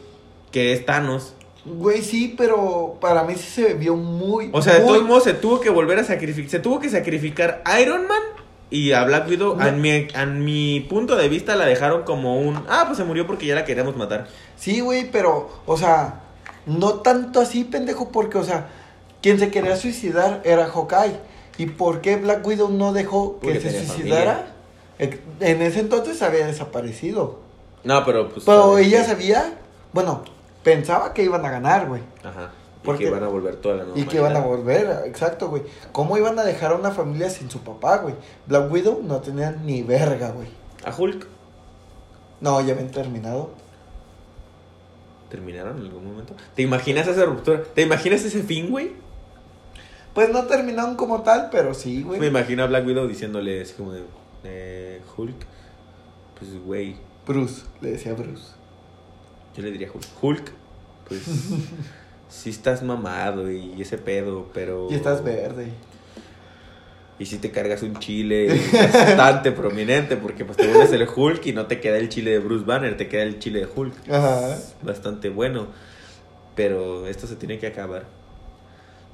Speaker 1: Que es Thanos.
Speaker 2: Güey, sí, pero para mí sí se vio muy...
Speaker 1: O sea, de
Speaker 2: muy-
Speaker 1: todos modos se tuvo que volver a sacrificar. Se tuvo que sacrificar a Iron Man y a Black Widow.
Speaker 2: No.
Speaker 1: A, mi, a mi punto de vista la dejaron como un. Ah, pues se murió porque ya la queríamos matar.
Speaker 2: Sí, güey, pero, o sea, no tanto así, pendejo, porque, o sea, quien se quería suicidar era Hawkeye. ¿Y por qué Black Widow no dejó que
Speaker 1: Porque
Speaker 2: se
Speaker 1: tenía
Speaker 2: suicidara? Eh, En ese entonces había desaparecido.
Speaker 1: No, pero pues.
Speaker 2: Pero
Speaker 1: ¿sabes
Speaker 2: ella
Speaker 1: qué?
Speaker 2: sabía, bueno, pensaba que iban a ganar, güey.
Speaker 1: Ajá. Y
Speaker 2: Porque-
Speaker 1: que van a volver toda la
Speaker 2: Y que van a
Speaker 1: normalidad.
Speaker 2: volver, exacto, güey. ¿Cómo iban a dejar a una familia sin su papá, güey? Black Widow no tenía ni verga, güey.
Speaker 1: A Hulk.
Speaker 2: No, ya habían terminado.
Speaker 1: ¿Terminaron en algún momento? ¿Te imaginas esa ruptura? ¿Te imaginas ese fin, güey?
Speaker 2: Pues no terminaron como tal, pero sí,
Speaker 1: Me
Speaker 2: güey.
Speaker 1: imagino a Black Widow diciéndole así como de eh, Hulk. Pues güey,
Speaker 2: Bruce, le decía Bruce.
Speaker 1: yo le diría Hulk. Hulk, pues sí estás mamado y ese pedo, pero.
Speaker 2: Y estás verde.
Speaker 1: Y si te cargas un chile bastante prominente, porque pues te vuelves el Hulk y no te queda el chile de Bruce Banner, te queda el chile de Hulk.
Speaker 2: Ajá.
Speaker 1: Es bastante bueno. Pero esto se tiene que acabar.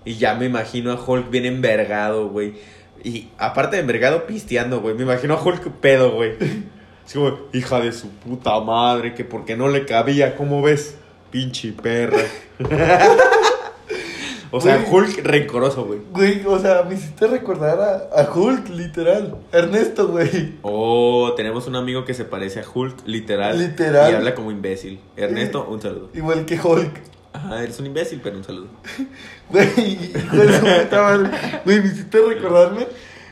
Speaker 1: Y ya me imagino a Hulk bien envergado, güey. Y aparte de envergado, pisteando, güey. Me imagino a Hulk pedo, güey. Es como, hija de su puta madre, que porque no le cabía, ¿cómo ves? Pinche perra. o sea,
Speaker 2: Güey.
Speaker 1: Hulk rencoroso, güey.
Speaker 2: Güey, o sea, me hiciste recordar a, a Hulk, literal. Ernesto, güey.
Speaker 1: Oh, tenemos un amigo que se parece a Hulk, literal.
Speaker 2: Literal.
Speaker 1: Y habla como imbécil. Ernesto, un saludo.
Speaker 2: Igual que Hulk.
Speaker 1: Ajá, eres un imbécil, pero un saludo.
Speaker 2: Güey, hijo de su puta madre. Güey, me hiciste recordarme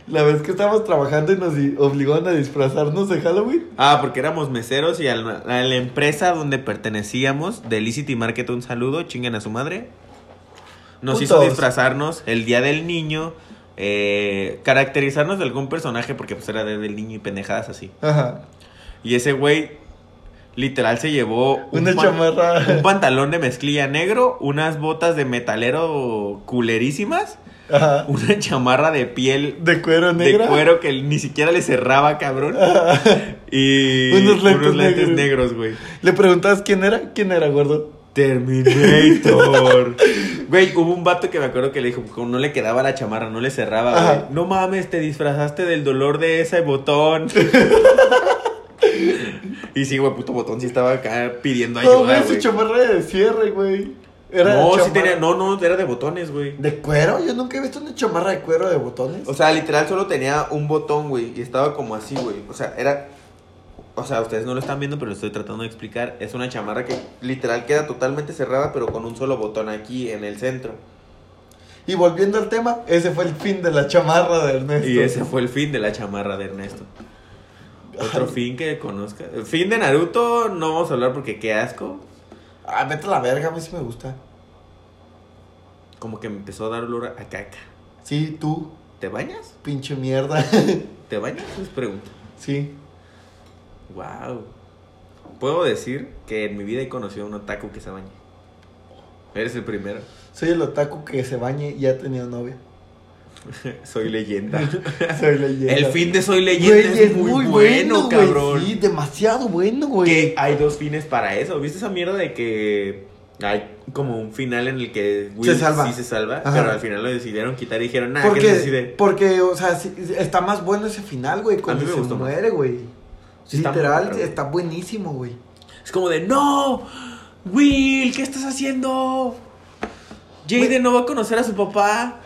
Speaker 2: la vez que estábamos trabajando y nos di- obligaron a disfrazarnos de Halloween.
Speaker 1: Ah, porque éramos meseros y al- a la, empresa donde pertenecíamos, de City Market, un saludo, chinguen a su madre. Nos hizo
Speaker 2: Putos.
Speaker 1: disfrazarnos el día del niño, eh, caracterizarnos de algún personaje, porque pues era día del niño y pendejadas así.
Speaker 2: Ajá.
Speaker 1: Y ese güey, literal, se llevó un
Speaker 2: Una
Speaker 1: pan- un
Speaker 2: chamarra.
Speaker 1: pantalón de mezclilla negro, unas botas de metalero culerísimas,
Speaker 2: Ajá.
Speaker 1: una chamarra de piel
Speaker 2: De cuero
Speaker 1: de
Speaker 2: negra.
Speaker 1: cuero que ni siquiera le cerraba, cabrón.
Speaker 2: Ajá.
Speaker 1: Y
Speaker 2: Unos lentes negros.
Speaker 1: negros, güey.
Speaker 2: Le preguntabas quién era. ¿Quién era, gordo?
Speaker 1: Terminator. Güey, hubo un vato que me acuerdo que le dijo, como no le quedaba la chamarra, no le cerraba,
Speaker 2: Ajá.
Speaker 1: güey. No mames, te disfrazaste del dolor de ese botón. y sí, güey, puto botón sí estaba acá pidiendo
Speaker 2: No,
Speaker 1: ayuda,
Speaker 2: güey, su
Speaker 1: ah, güey.
Speaker 2: chamarra de cierre, güey. Era
Speaker 1: No, sí
Speaker 2: chamarra-
Speaker 1: tenía, no, no, era de botones, güey.
Speaker 2: ¿De cuero? Yo nunca he visto una chamarra de cuero de botones.
Speaker 1: O sea, literal solo tenía un botón, güey, y estaba como así, güey. O sea, era... O sea, ustedes no lo están viendo, pero lo estoy tratando de explicar. Es una chamarra que literal queda totalmente cerrada, pero con un solo botón aquí en el centro.
Speaker 2: Y volviendo al tema, ese fue el fin de la chamarra de Ernesto.
Speaker 1: Y ese fue el fin de la chamarra de Ernesto. Otro fin que conozca. El Fin de Naruto, no vamos a hablar porque qué asco.
Speaker 2: Ah, vete a la verga, a mí sí me gusta.
Speaker 1: Como que me empezó a dar olor a caca.
Speaker 2: Sí, tú,
Speaker 1: ¿Te bañas?
Speaker 2: pinche mierda.
Speaker 1: ¿Te bañas? Es pregunta.
Speaker 2: sí.
Speaker 1: Wow. Puedo decir que en mi vida he conocido a un otaku que se baña. Eres el primero.
Speaker 2: Soy el otaku que se bañe y ha tenido novia.
Speaker 1: Soy leyenda.
Speaker 2: Soy leyenda.
Speaker 1: El fin de Soy
Speaker 2: Güey,
Speaker 1: leyenda es, muy, bueno,
Speaker 2: güey.
Speaker 1: cabrón.
Speaker 2: Sí, demasiado bueno, güey.
Speaker 1: Que hay dos fines para eso. ¿Viste esa mierda de que hay como un final en el que Will
Speaker 2: Se salva.
Speaker 1: sí se salva?
Speaker 2: Ajá.
Speaker 1: Pero al final lo decidieron quitar y dijeron, nada, que
Speaker 2: porque,
Speaker 1: se decide.
Speaker 2: porque, o sea, sí, está más bueno ese final, güey. Cuando
Speaker 1: me
Speaker 2: se
Speaker 1: gustó más.
Speaker 2: muere, güey.
Speaker 1: Sí, está
Speaker 2: Literal,
Speaker 1: muy
Speaker 2: está,
Speaker 1: bueno.
Speaker 2: buenísimo, güey.
Speaker 1: Es como de, no, Will, ¿qué estás haciendo? Jaden no va a conocer a su papá.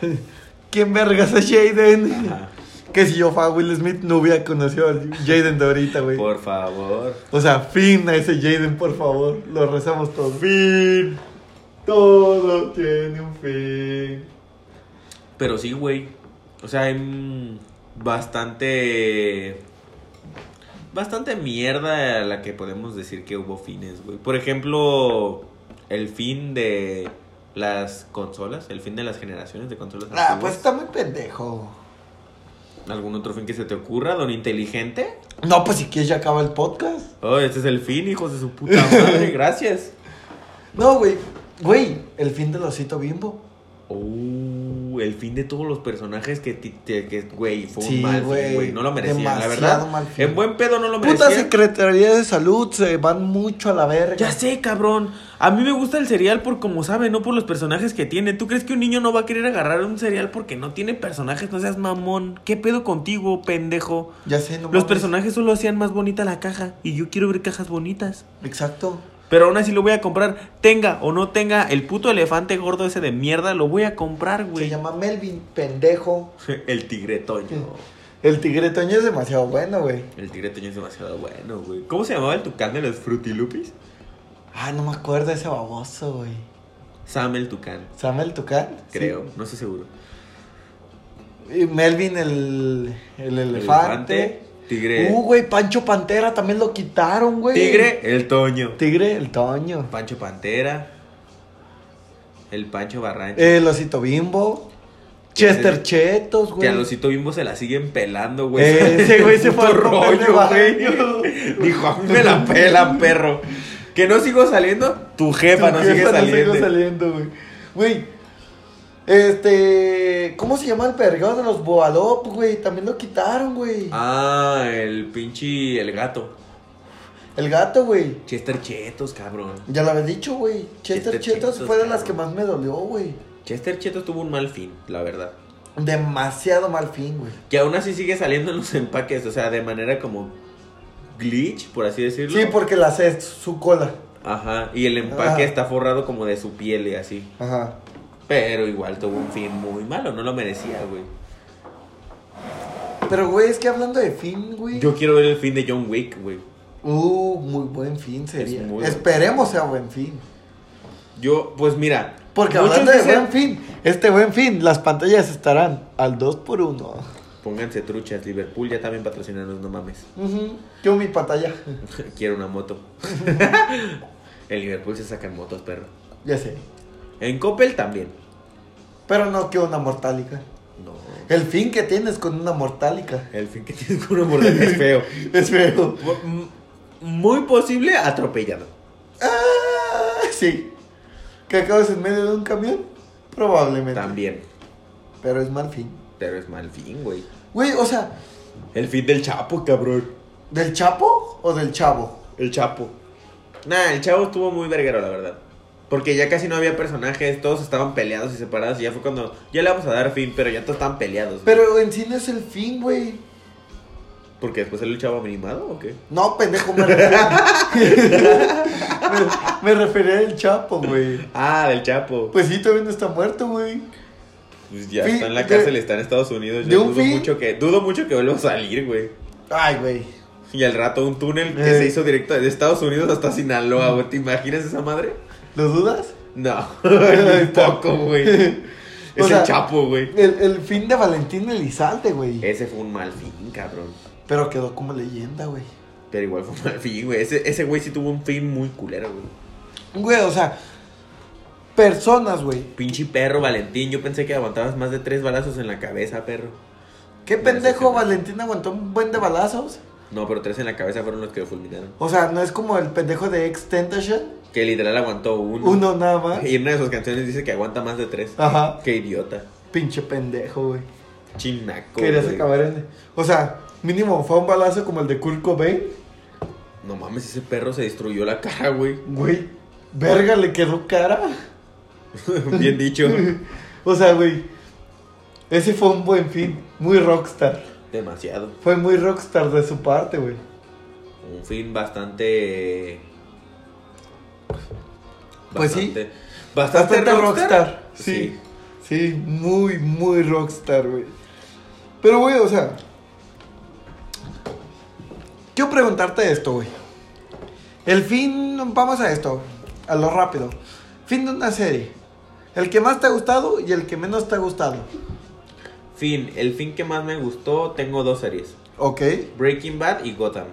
Speaker 2: ¿Quién vergas es Jaden?
Speaker 1: Ajá.
Speaker 2: Que si yo fuera Will Smith no hubiera conocido a Jaden de ahorita, güey.
Speaker 1: Por favor.
Speaker 2: O sea, fin a ese Jaden, por favor. Lo rezamos todos. Fin. Todo tiene un fin.
Speaker 1: Pero sí, güey. O sea, hay mm, bastante. Bastante mierda a la que podemos decir que hubo fines, güey. Por ejemplo, el fin de las consolas, el fin de las generaciones de consolas.
Speaker 2: Ah,
Speaker 1: antiguas.
Speaker 2: pues está muy pendejo.
Speaker 1: ¿Algún otro fin que se te ocurra, don inteligente?
Speaker 2: No, pues si quieres ya acaba el podcast.
Speaker 1: Oh, este es el fin, hijos de su puta madre, gracias.
Speaker 2: No, güey. Güey, el fin del osito bimbo.
Speaker 1: Oh, el fin de todos los personajes que, ti- te- que güey, fue un
Speaker 2: Sí,
Speaker 1: mal fin,
Speaker 2: güey.
Speaker 1: güey. No lo merecían, la
Speaker 2: Demasiado
Speaker 1: verdad.
Speaker 2: mal fin.
Speaker 1: En buen pedo no lo merecían.
Speaker 2: Puta Secretaría de Salud, se van mucho a la verga.
Speaker 1: Ya sé, cabrón. A mí me gusta el cereal por como sabe, no por los personajes que tiene. ¿Tú crees que un niño no va a querer agarrar un cereal porque no tiene personajes? No seas mamón. ¿Qué pedo contigo, pendejo?
Speaker 2: Ya sé, no
Speaker 1: Los
Speaker 2: mames.
Speaker 1: personajes solo hacían más bonita la caja y yo quiero ver cajas bonitas.
Speaker 2: Exacto.
Speaker 1: Pero aún así lo voy a comprar. Tenga o no tenga el puto elefante gordo ese de mierda, lo voy a comprar,
Speaker 2: Se
Speaker 1: güey.
Speaker 2: llama Melvin, pendejo.
Speaker 1: El tigre Toño.
Speaker 2: El tigre Toño es demasiado bueno, güey.
Speaker 1: El tigre Toño es demasiado bueno, güey. ¿Cómo se llamaba el tucán de los Frutilupis?
Speaker 2: Ah, no me acuerdo de ese baboso, güey.
Speaker 1: Sam el tucán,
Speaker 2: Samuel Tucán. sí.
Speaker 1: creo. No estoy seguro.
Speaker 2: Y Melvin el, el elefante.
Speaker 1: Tigre.
Speaker 2: Uh, güey, Pancho Pantera también lo quitaron, güey.
Speaker 1: Tigre, el Toño.
Speaker 2: Tigre, el Toño.
Speaker 1: Pancho
Speaker 2: Eh,
Speaker 1: Pantera. El Pancho Barrancho.
Speaker 2: El osito bimbo. Chester Chetos, güey. Eh,
Speaker 1: Que a Losito Bimbo se la siguen pelando, güey.
Speaker 2: Ese güey se fue a
Speaker 1: Puto
Speaker 2: romper de
Speaker 1: rollo, güey.
Speaker 2: baño.
Speaker 1: Dijo, a mí me la pelan, perro. Que no sigo saliendo, tu jefa
Speaker 2: Tu
Speaker 1: no
Speaker 2: jefa
Speaker 1: sigue saliendo.
Speaker 2: sigue saliendo, güey. Güey, este. ¿Cómo se llama el pergado de los Boalop, güey? También lo quitaron, güey.
Speaker 1: Ah, el pinche, el gato.
Speaker 2: El gato, güey.
Speaker 1: Chester Chetos, cabrón.
Speaker 2: Ya lo había dicho, güey. Chester
Speaker 1: Chester
Speaker 2: Chetos
Speaker 1: Chetos,
Speaker 2: fue de las
Speaker 1: cabrón.
Speaker 2: que más me dolió, güey.
Speaker 1: Chester Chetos tuvo un mal fin, la verdad.
Speaker 2: Demasiado mal fin, güey.
Speaker 1: Que aún así sigue saliendo en los empaques, o sea, de manera como glitch, por así decirlo.
Speaker 2: Sí, porque la sé, su cola.
Speaker 1: Ajá, y el empaque
Speaker 2: Ah.
Speaker 1: está forrado como de su piel y así.
Speaker 2: Ajá.
Speaker 1: Pero igual tuvo un fin muy malo, no lo merecía, güey.
Speaker 2: Pero, güey, es que hablando de fin, güey.
Speaker 1: Yo quiero ver el fin de John Wick, güey.
Speaker 2: Uh, muy buen fin sería.
Speaker 1: Es muy-
Speaker 2: Esperemos sea buen fin.
Speaker 1: Yo, pues mira.
Speaker 2: Porque
Speaker 1: muchos
Speaker 2: hablando de
Speaker 1: dicen-
Speaker 2: buen fin, este buen fin, las pantallas estarán al 2x1.
Speaker 1: Pónganse truchas, Liverpool ya también patrocinanos, no mames.
Speaker 2: Yo mi pantalla.
Speaker 1: Quiero una moto. en Liverpool se sacan motos, perro.
Speaker 2: Ya sé.
Speaker 1: En Coppel también.
Speaker 2: Pero no que una mortálica.
Speaker 1: No.
Speaker 2: El fin que tienes con una mortálica.
Speaker 1: El fin que tienes con una mordaza es feo.
Speaker 2: Es feo.
Speaker 1: M- Muy posible atropellado.
Speaker 2: Ah, sí. Que acabes en medio de un camión. Probablemente.
Speaker 1: También.
Speaker 2: Pero es mal fin.
Speaker 1: Pero es mal fin, güey.
Speaker 2: Güey, o sea,
Speaker 1: El fin del Chapo, cabrón.
Speaker 2: ¿del Chapo o del Chavo?
Speaker 1: El Chapo. Nah, el Chavo estuvo muy verguero, la verdad. Porque ya casi no había personajes, todos estaban peleados y separados. Y ya fue cuando. Ya le vamos a dar fin, pero ya todos estaban peleados.
Speaker 2: Pero en sí no es el fin, güey.
Speaker 1: Porque después salió el Chavo animado o qué?
Speaker 2: No, pendejo, me refería. me, me refería al Chapo, güey.
Speaker 1: Ah, del Chapo. Pues,
Speaker 2: Pues sí, todavía no está muerto, güey.
Speaker 1: ya
Speaker 2: fin
Speaker 1: está en la
Speaker 2: de-
Speaker 1: cárcel, está en Estados Unidos. Yo
Speaker 2: de un
Speaker 1: dudo
Speaker 2: fin.
Speaker 1: mucho que. Dudo mucho que vuelva a salir, güey.
Speaker 2: Ay, güey.
Speaker 1: Y al rato un túnel que
Speaker 2: Eh.
Speaker 1: se hizo directo desde Estados Unidos hasta Sinaloa, güey. ¿Te imaginas esa madre?
Speaker 2: ¿Lo dudas?
Speaker 1: No, ni poco, güey. Es
Speaker 2: O sea,
Speaker 1: el Chapo, güey.
Speaker 2: El, el fin de Valentín Elizalde, güey.
Speaker 1: Ese fue un mal fin, cabrón.
Speaker 2: Pero quedó como leyenda, güey.
Speaker 1: Pero igual fue un mal fin, güey. Ese, ese güey sí tuvo un fin muy culero, güey.
Speaker 2: Güey, o sea, personas, güey.
Speaker 1: Pinche perro, Valentín. Yo pensé que aguantabas más de tres balazos en la cabeza, perro.
Speaker 2: ¿Qué
Speaker 1: No,
Speaker 2: pendejo
Speaker 1: sí, sí, sí.
Speaker 2: Valentín aguantó un buen de balazos?
Speaker 1: No, pero tres en la cabeza fueron los que lo fulminaron.
Speaker 2: O sea, no es como el pendejo de Extentation.
Speaker 1: Que literal aguantó uno.
Speaker 2: Uno Ah. nada más.
Speaker 1: Y en una de sus canciones dice que aguanta más de tres.
Speaker 2: Ajá.
Speaker 1: Qué idiota.
Speaker 2: Pinche pendejo, güey.
Speaker 1: Chinaco.
Speaker 2: Querías
Speaker 1: güey.
Speaker 2: acabar en. O sea, mínimo fue un balazo como el de Kurt Cobain.
Speaker 1: No mames, ese perro se destruyó la cara, güey.
Speaker 2: Güey, verga, le quedó cara.
Speaker 1: Bien dicho.
Speaker 2: O sea, güey, ese fue un buen fin. Muy rockstar.
Speaker 1: Demasiado.
Speaker 2: Fue muy rockstar de su parte, güey.
Speaker 1: Un fin bastante.
Speaker 2: Pues sí.
Speaker 1: bastante- Bastante,
Speaker 2: Sí. Sí, muy, muy rockstar, güey. Pero, güey, o sea. Quiero preguntarte esto, güey. El fin, vamos a esto, a lo rápido. Fin de una serie. El que más te ha gustado y el que menos te ha gustado.
Speaker 1: Fin. El fin que más me gustó, tengo dos series:
Speaker 2: Ok.
Speaker 1: Breaking Bad y Gotham.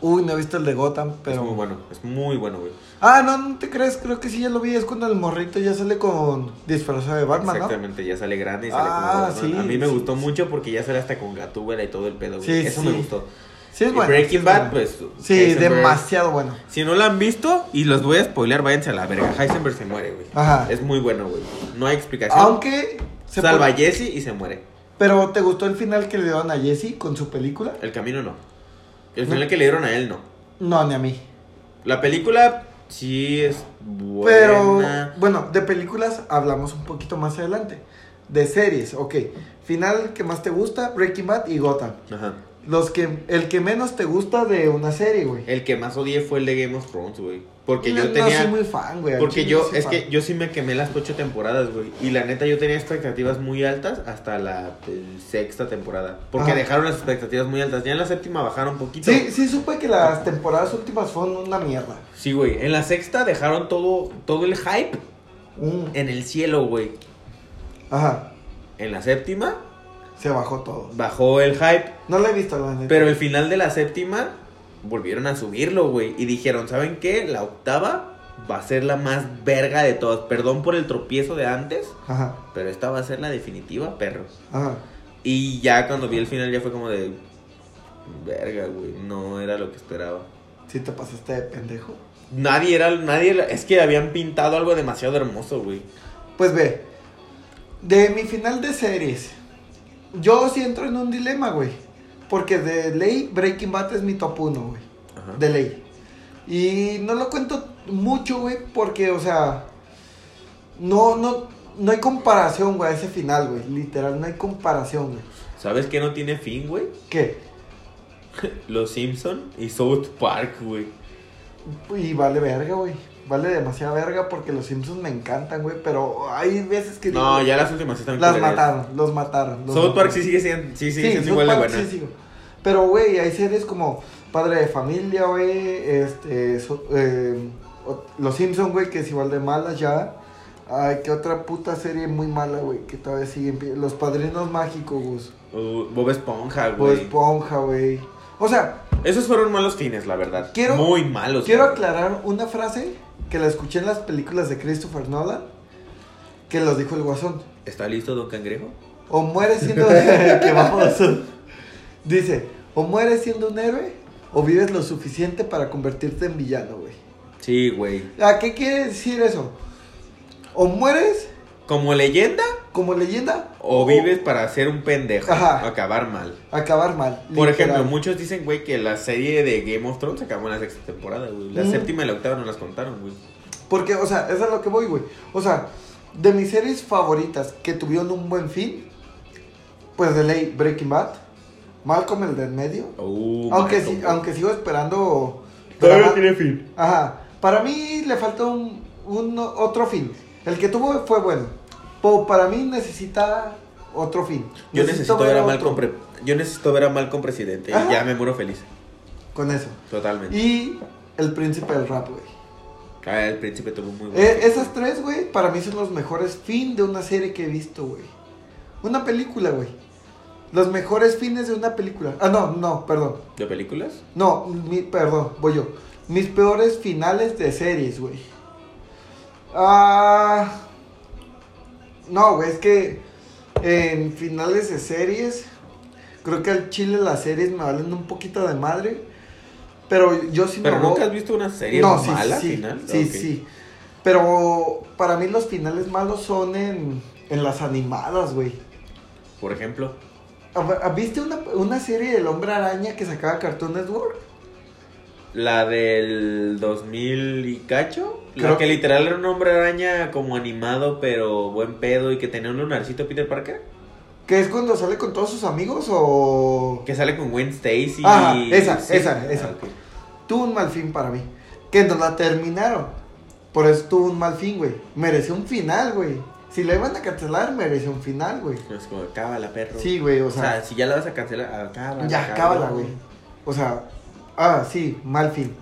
Speaker 2: Uy, no he visto el de Gotham, pero.
Speaker 1: Es muy bueno, es muy bueno, güey.
Speaker 2: Ah, no, no te crees, creo que sí ya lo vi. Es cuando el morrito ya sale con disfrazado de Batman, ¿no?
Speaker 1: Exactamente, ya sale grande y sale
Speaker 2: Ah,
Speaker 1: como Batman.
Speaker 2: sí,
Speaker 1: A mí me
Speaker 2: sí,
Speaker 1: gustó
Speaker 2: sí.
Speaker 1: mucho porque ya sale hasta con Gatúbela y todo el pedo, güey.
Speaker 2: Sí,
Speaker 1: Eso
Speaker 2: sí.
Speaker 1: me gustó.
Speaker 2: Sí, es
Speaker 1: Y
Speaker 2: bueno. sí
Speaker 1: Breaking
Speaker 2: es
Speaker 1: Bad,
Speaker 2: bueno.
Speaker 1: pues.
Speaker 2: Sí,
Speaker 1: Heisenberg.
Speaker 2: demasiado bueno.
Speaker 1: Si no la han visto y los voy a spoilear, váyanse a la verga. Heisenberg se muere, güey.
Speaker 2: Ajá.
Speaker 1: Es muy bueno, güey. No hay explicación.
Speaker 2: Aunque. se
Speaker 1: Salva
Speaker 2: puede-
Speaker 1: a Jesse y se muere.
Speaker 2: Pero ¿te gustó el final que le dieron a Jesse con su película?
Speaker 1: El camino no. El final que le dieron a él no.
Speaker 2: No, ni a mí.
Speaker 1: La película sí es buena.
Speaker 2: Pero bueno, de películas hablamos un poquito más adelante. De series, ok. Final que más te gusta, Breaking Bad y Gotham.
Speaker 1: Ajá.
Speaker 2: Los que, el que menos te gusta de una serie, güey.
Speaker 1: El que más odié fue el de Game of Thrones, güey. Eh, Porque
Speaker 2: No-
Speaker 1: yo tenía.
Speaker 2: No soy muy fan, güey. al
Speaker 1: porque
Speaker 2: chile
Speaker 1: yo,
Speaker 2: no soy
Speaker 1: es
Speaker 2: fan.
Speaker 1: que yo sí me quemé las ocho temporadas, güey. Y la neta, yo tenía expectativas muy altas hasta la eh, sexta temporada. Porque
Speaker 2: Ajá.
Speaker 1: dejaron las expectativas muy altas. Ya en la séptima bajaron un poquito.
Speaker 2: Sí, sí supe que las temporadas últimas fueron una mierda.
Speaker 1: Sí, güey. En la sexta dejaron todo, todo el hype
Speaker 2: Mm,
Speaker 1: en el cielo, güey.
Speaker 2: Ajá,
Speaker 1: En la séptima
Speaker 2: se bajó todo.
Speaker 1: bajó el hype.
Speaker 2: No la he visto, la neta.
Speaker 1: Pero el final de la séptima volvieron a subirlo, güey. Y dijeron, ¿saben qué? La octava va a ser la más verga de todas. Perdón por el tropiezo de antes,
Speaker 2: Ajá,
Speaker 1: pero esta va a ser la definitiva, perros.
Speaker 2: ajá.
Speaker 1: Y ya cuando vi el final ya fue como de... Verga, güey, no era lo que esperaba.
Speaker 2: ¿Sí te pasaste de pendejo?
Speaker 1: Nadie era, nadie, era- es que habían pintado algo demasiado hermoso, güey.
Speaker 2: Pues ve, de mi final de series, yo sí entro en un dilema, güey. Porque de ley, Breaking Bad es mi top 1, güey.
Speaker 1: Ajá.
Speaker 2: De ley. Y no lo cuento mucho, güey, porque, o sea, no, no, no hay comparación, güey, a ese final, güey. Literal, no hay comparación, güey.
Speaker 1: ¿Sabes qué no tiene fin, güey?
Speaker 2: ¿Qué?
Speaker 1: Los Simpson y South Park, güey.
Speaker 2: Y vale verga, güey. Vale demasiada verga porque los Simpsons me encantan, güey. Pero hay veces que...
Speaker 1: No,
Speaker 2: digo,
Speaker 1: ya las últimas sí están
Speaker 2: Las
Speaker 1: culeras.
Speaker 2: mataron, los mataron. los
Speaker 1: South Park
Speaker 2: mataron.
Speaker 1: sí sigue siendo, sí, sigue
Speaker 2: Sí,
Speaker 1: siendo
Speaker 2: South
Speaker 1: igual de
Speaker 2: Park
Speaker 1: buena.
Speaker 2: sí sigo. Pero, güey, hay series como Padre de Familia, güey, este, so- eh, o- Los Simpsons, güey, que es igual de mala ya. Ay, qué otra puta serie muy mala, güey, que todavía sigue en pie. Los Padrinos Mágicos, Gus.
Speaker 1: Uh, Bob Esponja,
Speaker 2: O
Speaker 1: güey.
Speaker 2: Esponja, güey. O sea,
Speaker 1: Esos fueron malos fines, la verdad.
Speaker 2: Quiero-
Speaker 1: Muy malos.
Speaker 2: quiero
Speaker 1: güey.
Speaker 2: aclarar una frase que la escuché en las películas de Christopher Nolan, que los dijo el Guasón.
Speaker 1: ¿Está listo, don Cangrejo?
Speaker 2: O mueres siendo que vamos. Dice, o mueres siendo un héroe o vives lo suficiente para convertirte en villano, güey.
Speaker 1: Sí, güey.
Speaker 2: ¿A qué quiere decir eso? O mueres
Speaker 1: ¿Como leyenda
Speaker 2: como leyenda
Speaker 1: o vives para ser un pendejo?
Speaker 2: Ajá.
Speaker 1: Acabar mal.
Speaker 2: acabar mal.
Speaker 1: Por
Speaker 2: literal.
Speaker 1: ejemplo, muchos dicen, güey, que la serie de Game of Thrones acabó en la sexta temporada, güey. La
Speaker 2: Mm.
Speaker 1: séptima y la octava no las contaron, güey.
Speaker 2: Porque, o sea, eso es a lo que voy, güey. O sea, de mis series favoritas que tuvieron un buen fin, pues de ley Breaking Bad, Malcolm el de en medio.
Speaker 1: Uh,
Speaker 2: aunque,
Speaker 1: Malcolm,
Speaker 2: sí-
Speaker 1: güey.
Speaker 2: aunque sigo esperando... drama-
Speaker 1: fin.
Speaker 2: Ajá. Para mí le falta un, un otro fin. El que tuvo fue bueno. Pero para mí necesita otro fin.
Speaker 1: Yo necesito, ver a
Speaker 2: otro.
Speaker 1: Malcolm pre- Yo necesito ver a Malcolm presidente.
Speaker 2: Ajá.
Speaker 1: Y ya me muero feliz.
Speaker 2: Con eso.
Speaker 1: Totalmente.
Speaker 2: Y el príncipe del rap, güey.
Speaker 1: Ah, el príncipe tuvo muy buen
Speaker 2: Eh, esas tres, güey, para mí son los mejores fin de una serie que he visto, güey. Una película, güey. Los mejores fines de una película. Ah, no, no, perdón.
Speaker 1: ¿De películas?
Speaker 2: No, mi, perdón, voy yo. Mis peores finales de series, güey. Ah. No, güey, es que en finales de series, creo que al chile las series me valen un poquito de madre. Pero yo sí
Speaker 1: ¿Pero
Speaker 2: me
Speaker 1: nunca
Speaker 2: voy-
Speaker 1: has visto una serie
Speaker 2: No, sí,
Speaker 1: mala
Speaker 2: sí,
Speaker 1: final?
Speaker 2: Sí,
Speaker 1: Ok.
Speaker 2: sí. Pero para mí los finales malos son en, en las animadas, güey.
Speaker 1: Por ejemplo.
Speaker 2: ¿Ah, ah, ¿Viste una, una serie del Hombre Araña que sacaba Cartoon Network?
Speaker 1: La del 2000 y cacho.
Speaker 2: Creo-
Speaker 1: La que literal era un hombre araña como animado, pero buen pedo y que tenía un lunarcito Peter Parker.
Speaker 2: ¿Que es cuando sale con todos sus amigos o...?
Speaker 1: Que sale con Gwen Stacy.
Speaker 2: Ajá,
Speaker 1: y-
Speaker 2: esa, esa,
Speaker 1: Ah,
Speaker 2: esa.
Speaker 1: ok.
Speaker 2: Tuvo un mal fin para mí. Que nos la terminaron. Por eso tuvo un mal fin, güey. Mereció un final, güey. Si la iban a cancelar, mereció un final, güey.
Speaker 1: Es como, cábala, perro.
Speaker 2: Sí, güey,
Speaker 1: O
Speaker 2: o
Speaker 1: sea,
Speaker 2: sea...
Speaker 1: si ya la vas a cancelar, acábala.
Speaker 2: ya, cábala,
Speaker 1: cabrón.
Speaker 2: güey. O sea... Ah, sí, mal fin.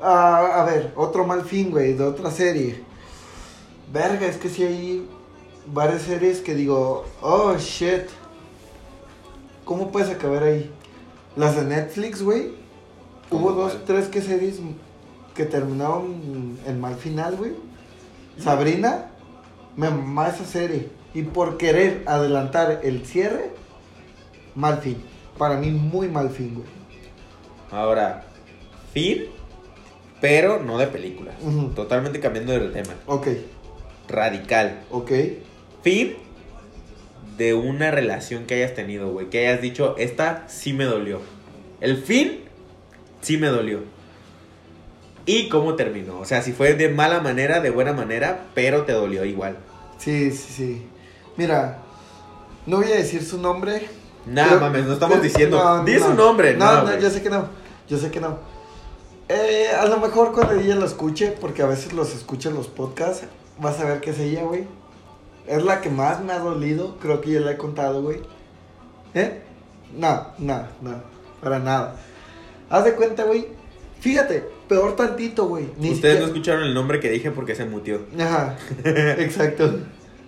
Speaker 2: Ah, a ver, otro mal fin, güey, de otra serie. Verga, es que sí hay varias series que digo... Oh, shit. ¿Cómo puedes acabar ahí? Las de Netflix, güey. Hubo
Speaker 1: ¿Cómo
Speaker 2: dos,
Speaker 1: cuál?
Speaker 2: tres que series que terminaron en mal final, güey.
Speaker 1: Mm.
Speaker 2: Sabrina, me mamá esa serie. Y por querer adelantar el cierre, mal fin. Para mí, muy mal fin, güey.
Speaker 1: Ahora, fin, pero no de películas.
Speaker 2: Ujú.
Speaker 1: Totalmente cambiando de tema.
Speaker 2: Ok,
Speaker 1: Radical.
Speaker 2: ok.
Speaker 1: Fin de una relación que hayas tenido, güey. Que hayas dicho, esta sí me dolió. El fin sí me dolió. ¿Y cómo terminó? O sea, si fue de mala manera, de buena manera, pero te dolió igual.
Speaker 2: Sí, sí, sí. Mira, no voy a decir su nombre.
Speaker 1: Nada,
Speaker 2: Pero-
Speaker 1: mames, no estamos
Speaker 2: pero-
Speaker 1: diciendo.
Speaker 2: no,
Speaker 1: Di
Speaker 2: no.
Speaker 1: su nombre,
Speaker 2: No,
Speaker 1: no,
Speaker 2: no,
Speaker 1: güey.
Speaker 2: yo sé que no. Yo sé que no. Eh, a lo mejor cuando ella lo escuche, porque a veces los escucha en los podcasts, vas a ver que es ella, güey. Es la que más me ha dolido, creo que ya la he contado, güey. ¿Eh? No, no, no, para nada. Haz de cuenta, güey. Fíjate, peor tantito, güey. Ni
Speaker 1: Ustedes
Speaker 2: siquiera-
Speaker 1: no escucharon el nombre que dije porque se mutió.
Speaker 2: Ajá, exacto.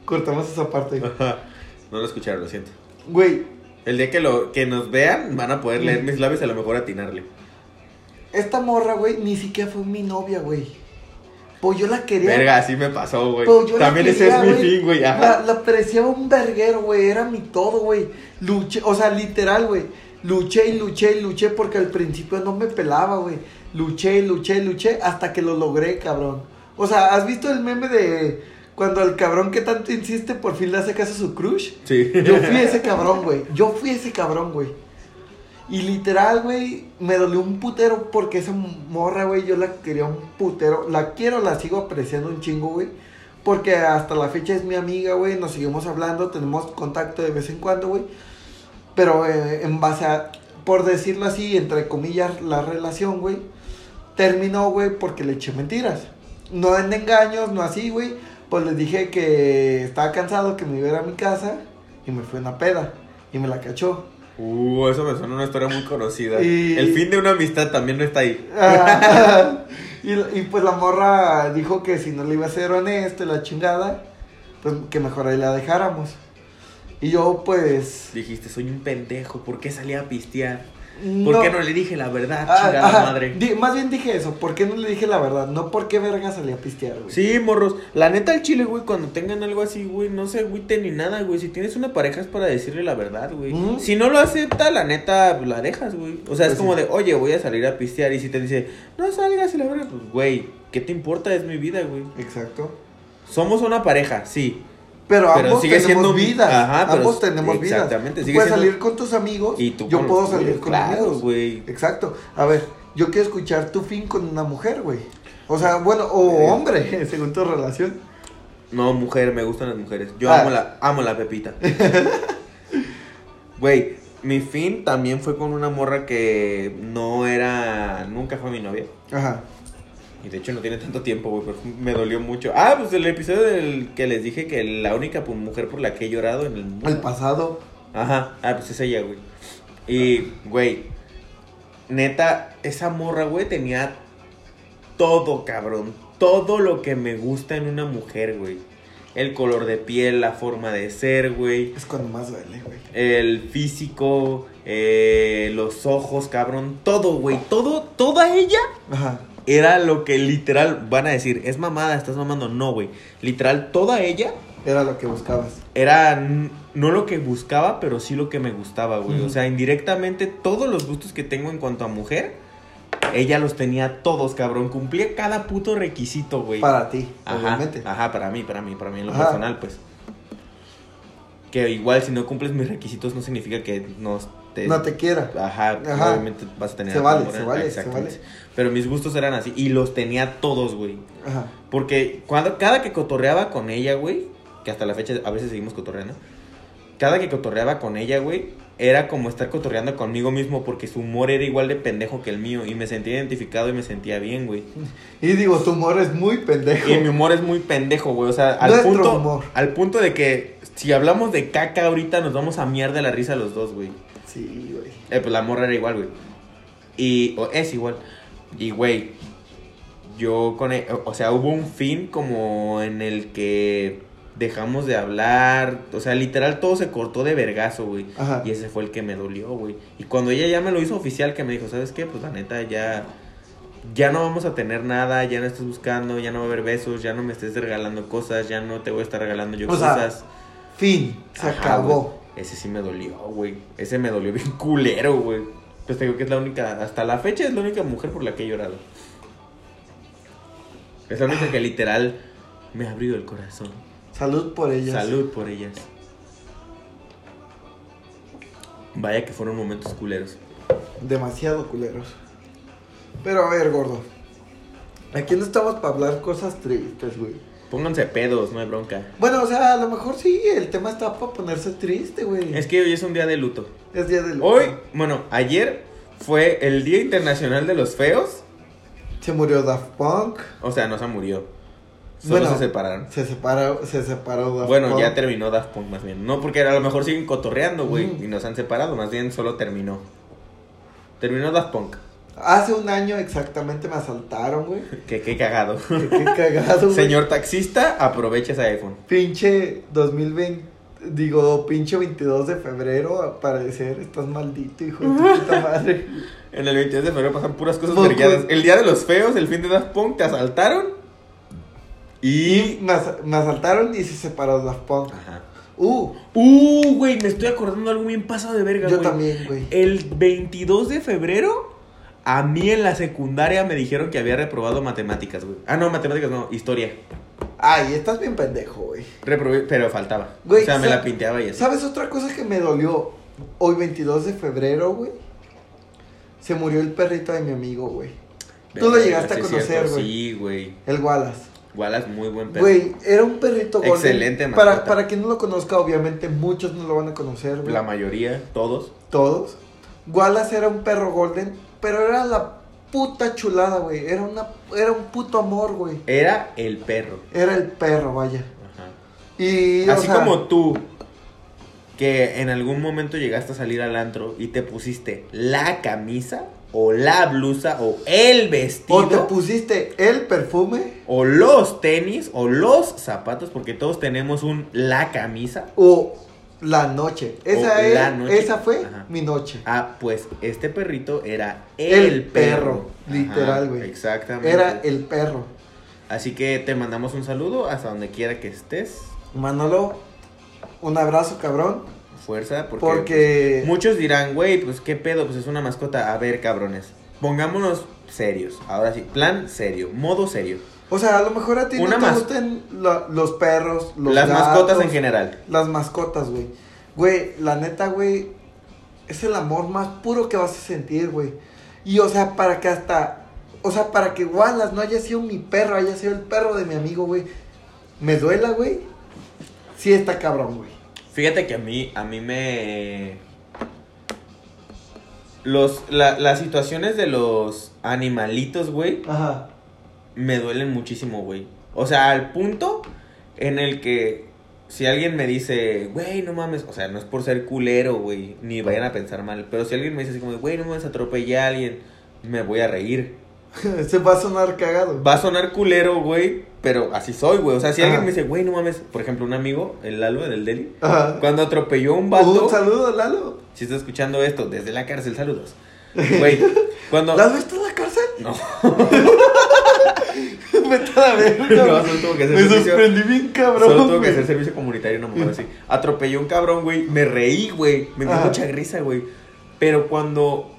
Speaker 2: Cortamos esa parte.
Speaker 1: no lo escucharon, lo siento.
Speaker 2: Güey,
Speaker 1: El día que, lo, que nos vean, van a poder leer mis labios y a lo mejor atinarle.
Speaker 2: Esta morra, güey, ni siquiera fue mi novia, güey. Pues yo la quería.
Speaker 1: Verga, así me pasó, güey.
Speaker 2: Pues yo la
Speaker 1: También ese
Speaker 2: quería,
Speaker 1: es mi fin, güey. ajá.
Speaker 2: La, la apreciaba un verguero, güey. Era mi todo, güey. Luché, o sea, literal, güey. Luché y luché y luché porque al principio no me pelaba, güey. Luché y luché y luché hasta que lo logré, cabrón. O sea, ¿has visto el meme de cuando el cabrón que tanto insiste por fin le hace caso a su crush?
Speaker 1: Sí.
Speaker 2: Yo fui ese cabrón, güey. Yo fui ese cabrón, güey. Y literal, güey, me dolió un putero porque esa morra, güey, yo la quería un putero. La quiero, la sigo apreciando un chingo, güey. Porque hasta la fecha es mi amiga, güey. Nos seguimos hablando, tenemos contacto de vez en cuando, güey. Pero eh, en base a, por decirlo así, entre comillas, la relación, güey, terminó, güey, porque le eché mentiras. No en engaños, no así, güey. Pues les dije que estaba cansado, que me iba a ir a mi casa y me fue una peda y me la cachó.
Speaker 1: Uh, eso me suena a una historia muy conocida.
Speaker 2: Y-
Speaker 1: El fin de una amistad también no está ahí.
Speaker 2: Ah, y, y pues la morra dijo que si no le iba a ser honesto, y la chingada, pues que mejor ahí la dejáramos. Y yo pues...
Speaker 1: Dijiste, soy un pendejo, ¿por qué salí a pistear? ¿Por qué no le dije la verdad,
Speaker 2: Ah,
Speaker 1: chingada
Speaker 2: ajá,
Speaker 1: madre?
Speaker 2: di- más bien dije eso, ¿por qué no le dije la verdad? No por qué verga salí a pistear, güey.
Speaker 4: Sí, morros. La neta, al chile, güey, cuando tengan algo así, güey, no se agüiten ni nada, güey. Si tienes una pareja es para decirle la verdad, güey.
Speaker 2: Ujú.
Speaker 4: Si no lo acepta, la neta, pues, la dejas, güey. O sea,
Speaker 2: ¿Mm? Pues
Speaker 4: es como
Speaker 2: sí.
Speaker 4: de, oye, voy a salir a pistear. Y si te dice, no salgas y la verdad, pues, güey, ¿qué te importa? Es mi vida, güey.
Speaker 2: Exacto.
Speaker 4: Somos una pareja, sí.
Speaker 2: Pero,
Speaker 1: Pero
Speaker 2: ambos
Speaker 1: sigue
Speaker 2: tenemos
Speaker 1: siendo-
Speaker 2: vidas.
Speaker 1: ajá, pero
Speaker 2: ambos
Speaker 1: es-
Speaker 2: tenemos vidas.
Speaker 1: exactamente,
Speaker 2: Tú
Speaker 1: sigue
Speaker 2: puedes
Speaker 1: siendo-
Speaker 2: salir con tus amigos.
Speaker 1: Y tú
Speaker 2: yo
Speaker 1: con los
Speaker 2: puedo
Speaker 1: tuyos,
Speaker 2: salir con
Speaker 1: claro,
Speaker 2: amigos.
Speaker 1: güey.
Speaker 2: Exacto. A ver, yo quiero escuchar tu fin con una mujer, güey. O sea, bueno,
Speaker 1: Eh.
Speaker 2: o hombre, según tu relación.
Speaker 1: No, mujer, me gustan las mujeres. Yo
Speaker 2: Ah.
Speaker 1: amo, la, amo la pepita. Güey, mi fin también fue con una morra que no era, nunca fue mi novia.
Speaker 2: Ajá.
Speaker 1: Y de hecho no tiene tanto tiempo, güey, pero me dolió mucho. Ah, pues el episodio del que les dije que la única pues, mujer por la que he llorado en el mundo.
Speaker 2: El pasado.
Speaker 1: Ajá, ah, pues es ella, güey. Y, güey, neta, esa morra, güey, tenía todo, cabrón. Todo lo que me gusta en una mujer, güey. El color de piel, la forma de ser, güey.
Speaker 2: Es cuando más duele, güey.
Speaker 1: El físico, eh, los ojos, cabrón. Todo, güey. Todo, toda ella
Speaker 2: Ajá.
Speaker 1: era lo que literal van a decir. Es mamada, estás mamando. No, güey. Literal, toda ella
Speaker 2: Era lo que buscabas.
Speaker 1: era n- no lo que buscaba, pero sí lo que me gustaba, güey.
Speaker 2: Ujú.
Speaker 1: O sea, indirectamente todos los gustos que tengo en cuanto a mujer, ella los tenía todos, cabrón. Cumplía cada puto requisito, güey.
Speaker 2: Para ti,
Speaker 1: ajá,
Speaker 2: obviamente.
Speaker 1: Ajá, para mí, para mí, para mí en lo
Speaker 2: Ajá.
Speaker 1: personal, pues. Que igual si no cumples mis requisitos no significa que no te...
Speaker 2: No te quiera.
Speaker 1: Ajá,
Speaker 2: Ajá.
Speaker 1: obviamente vas a tener...
Speaker 2: Se
Speaker 1: a tu
Speaker 2: vale,
Speaker 1: morra.
Speaker 2: se vale, se
Speaker 1: Exactamente.
Speaker 2: vale.
Speaker 1: Pero mis gustos eran así y los tenía todos, güey.
Speaker 2: Ajá.
Speaker 1: Porque cuando, cada que cotorreaba con ella, güey, que hasta la fecha a veces seguimos cotorreando, cada que cotorreaba con ella, güey, era como estar cotorreando conmigo mismo porque su humor era igual de pendejo que el mío y me sentía identificado y me sentía bien, güey.
Speaker 2: Y digo, tu humor es muy pendejo.
Speaker 1: Y mi humor es muy pendejo, güey, o sea, al
Speaker 2: Nuestro
Speaker 1: punto
Speaker 2: humor.
Speaker 1: al punto de que si hablamos de caca ahorita nos vamos a miar de la risa los dos, güey.
Speaker 2: Sí, güey.
Speaker 1: Eh, pues la morra era igual, güey. Y o es igual. Y, güey, yo con... e- O sea, hubo un fin como en el que dejamos de hablar. O sea, literal todo se cortó de vergazo, güey.
Speaker 2: Ajá.
Speaker 1: Y ese fue el que me dolió, güey. Y cuando ella ya me lo hizo oficial, que me dijo, ¿sabes qué? Pues la neta, ya... Ya no vamos a tener nada, ya no estés buscando, ya no va a haber besos, ya no me estés regalando cosas, ya no te voy a estar regalando yo
Speaker 2: O sea,
Speaker 1: cosas.
Speaker 2: Fin. Se
Speaker 1: Ajá,
Speaker 2: acabó.
Speaker 1: güey. Ese sí me dolió, güey. Ese me dolió bien culero, güey. Pues te digo que es la única, hasta la fecha es la única mujer por la que he llorado. Es la única que literal me ha abrido el corazón.
Speaker 2: Salud por ellas.
Speaker 1: Salud por ellas. Vaya que fueron momentos culeros.
Speaker 2: Demasiado culeros. Pero a ver, gordo. Aquí no estamos para hablar cosas tristes, güey.
Speaker 1: Pónganse pedos, no hay bronca.
Speaker 2: Bueno, o sea, a lo mejor sí, el tema está para ponerse triste, güey.
Speaker 1: Es que hoy es un día de luto.
Speaker 2: Es día del.
Speaker 1: Hoy, bueno, ayer fue el Día Internacional de los Feos.
Speaker 2: Se murió Daft Punk.
Speaker 1: O sea, no se murió. Solo
Speaker 2: Bueno,
Speaker 1: se separaron.
Speaker 2: Se separó, se separó Daft
Speaker 1: Bueno,
Speaker 2: Punk.
Speaker 1: ya terminó Daft Punk más bien. No, porque a lo mejor siguen cotorreando, güey.
Speaker 2: Ujú.
Speaker 1: Y nos han separado, más bien solo terminó. Terminó Daft Punk.
Speaker 2: Hace un año exactamente me asaltaron, güey.
Speaker 1: Que qué cagado.
Speaker 2: Qué qué cagado, güey.
Speaker 1: Señor taxista, aprovecha ese iPhone.
Speaker 2: Pinche 2020, digo, pinche 22 de febrero, a parecer, estás maldito, hijo de tu puta madre.
Speaker 1: En el 22 de febrero pasan puras cosas
Speaker 2: Pues,
Speaker 1: vergueadas.
Speaker 2: pues.
Speaker 1: El día de los feos, el fin de Daft Punk, te asaltaron.
Speaker 2: Y
Speaker 1: Y.
Speaker 2: me, as- me asaltaron y se separaron las punk.
Speaker 1: Ajá.
Speaker 2: Uh,
Speaker 5: Uh, güey, me estoy acordando de algo bien pasado de verga,
Speaker 2: yo
Speaker 5: güey.
Speaker 2: también, güey.
Speaker 1: Eh.
Speaker 5: El 22
Speaker 1: 22 de febrero, a mí en la secundaria me dijeron que había reprobado matemáticas, güey. Ah, no, matemáticas no, historia.
Speaker 2: Ay, estás bien pendejo, güey.
Speaker 1: Reprobé, pero faltaba.
Speaker 2: Güey,
Speaker 1: o sea, me
Speaker 2: sa-
Speaker 1: la pinteaba y así.
Speaker 2: ¿Sabes otra cosa que me dolió? Hoy 22 de febrero, güey. Se murió el perrito de mi amigo, güey. Tú lo
Speaker 1: Verga,
Speaker 2: llegaste a
Speaker 1: sí es
Speaker 2: conocer,
Speaker 1: cierto,
Speaker 2: güey.
Speaker 1: Sí, güey.
Speaker 2: El Wallace.
Speaker 1: Wallace, muy buen perro.
Speaker 2: Güey, era un perrito golden.
Speaker 1: Excelente
Speaker 2: para,
Speaker 1: mascota.
Speaker 2: para quien no lo conozca, obviamente muchos no lo van a conocer, güey.
Speaker 1: La mayoría, todos.
Speaker 2: Todos. Wallace era un perro golden, pero era la puta chulada, güey. Era, una, era un puto amor, güey.
Speaker 1: Era el perro.
Speaker 2: Era el perro, vaya.
Speaker 1: Ajá.
Speaker 2: Y, o
Speaker 1: Así
Speaker 2: sea,
Speaker 1: como tú, que en algún momento llegaste a salir al antro y te pusiste la camisa o la blusa o el vestido.
Speaker 2: O te pusiste el perfume
Speaker 1: o los tenis o los zapatos, porque todos tenemos un la camisa.
Speaker 2: o la noche. Esa,
Speaker 1: O
Speaker 2: es-
Speaker 1: la noche.
Speaker 2: esa fue
Speaker 1: Ajá.
Speaker 2: mi noche.
Speaker 1: Ah, pues este perrito era el,
Speaker 2: El
Speaker 1: perro.
Speaker 2: perro, literal, güey.
Speaker 1: Exactamente.
Speaker 2: Era el perro.
Speaker 1: Así que te mandamos un saludo hasta donde quiera que estés.
Speaker 2: Manolo, un abrazo, cabrón.
Speaker 1: Fuerza, porque,
Speaker 2: Porque.
Speaker 1: muchos dirán, güey, pues qué pedo, pues es una mascota. A ver, cabrones, pongámonos serios. Ahora sí, plan serio, modo serio.
Speaker 2: O sea, a lo mejor a ti
Speaker 1: Una
Speaker 2: no te
Speaker 1: mas-
Speaker 2: gustan la- los perros, los
Speaker 1: Las
Speaker 2: gatos,
Speaker 1: mascotas en general.
Speaker 2: Las mascotas, güey. Güey, la neta, güey, es el amor más puro que vas a sentir, güey. Y, o sea, para que hasta... O sea, para que Wallace no haya sido mi perro, haya sido el perro de mi amigo, güey. Me duela, güey. Sí está cabrón, güey.
Speaker 1: Fíjate que a mí, a mí me... Los, la- las situaciones de los animalitos, güey,
Speaker 2: Ajá.
Speaker 1: me duelen muchísimo, güey. O sea, al punto en el que si alguien me dice, güey, no mames, o sea, no es por ser culero, güey, ni vayan a pensar mal, pero si alguien me dice así como, güey, no mames, atropellé a alguien, me voy a reír.
Speaker 2: Se va a sonar cagado.
Speaker 1: Va a sonar culero, güey, pero así soy, güey. O sea, si
Speaker 2: Ajá.
Speaker 1: alguien me dice, güey, no mames, por ejemplo, un amigo, el Lalo del Deli,
Speaker 2: Ajá.
Speaker 1: cuando atropelló a un
Speaker 2: Un
Speaker 1: vato,
Speaker 2: saludo, Lalo.
Speaker 1: si está escuchando esto, desde la cárcel, saludos. Güey, cuando...
Speaker 2: ¿Lalo está en la cárcel?
Speaker 1: No,
Speaker 2: Vete a la verga.
Speaker 1: no, solo tuvo que hacer
Speaker 2: Me
Speaker 1: ejercicio.
Speaker 2: sorprendí bien, cabrón.
Speaker 1: Solo tuvo que
Speaker 2: güey.
Speaker 1: hacer servicio comunitario, no mames, así. Atropelló un cabrón, güey. Me reí, güey. Me dio
Speaker 2: Ajá.
Speaker 1: mucha risa, güey. Pero cuando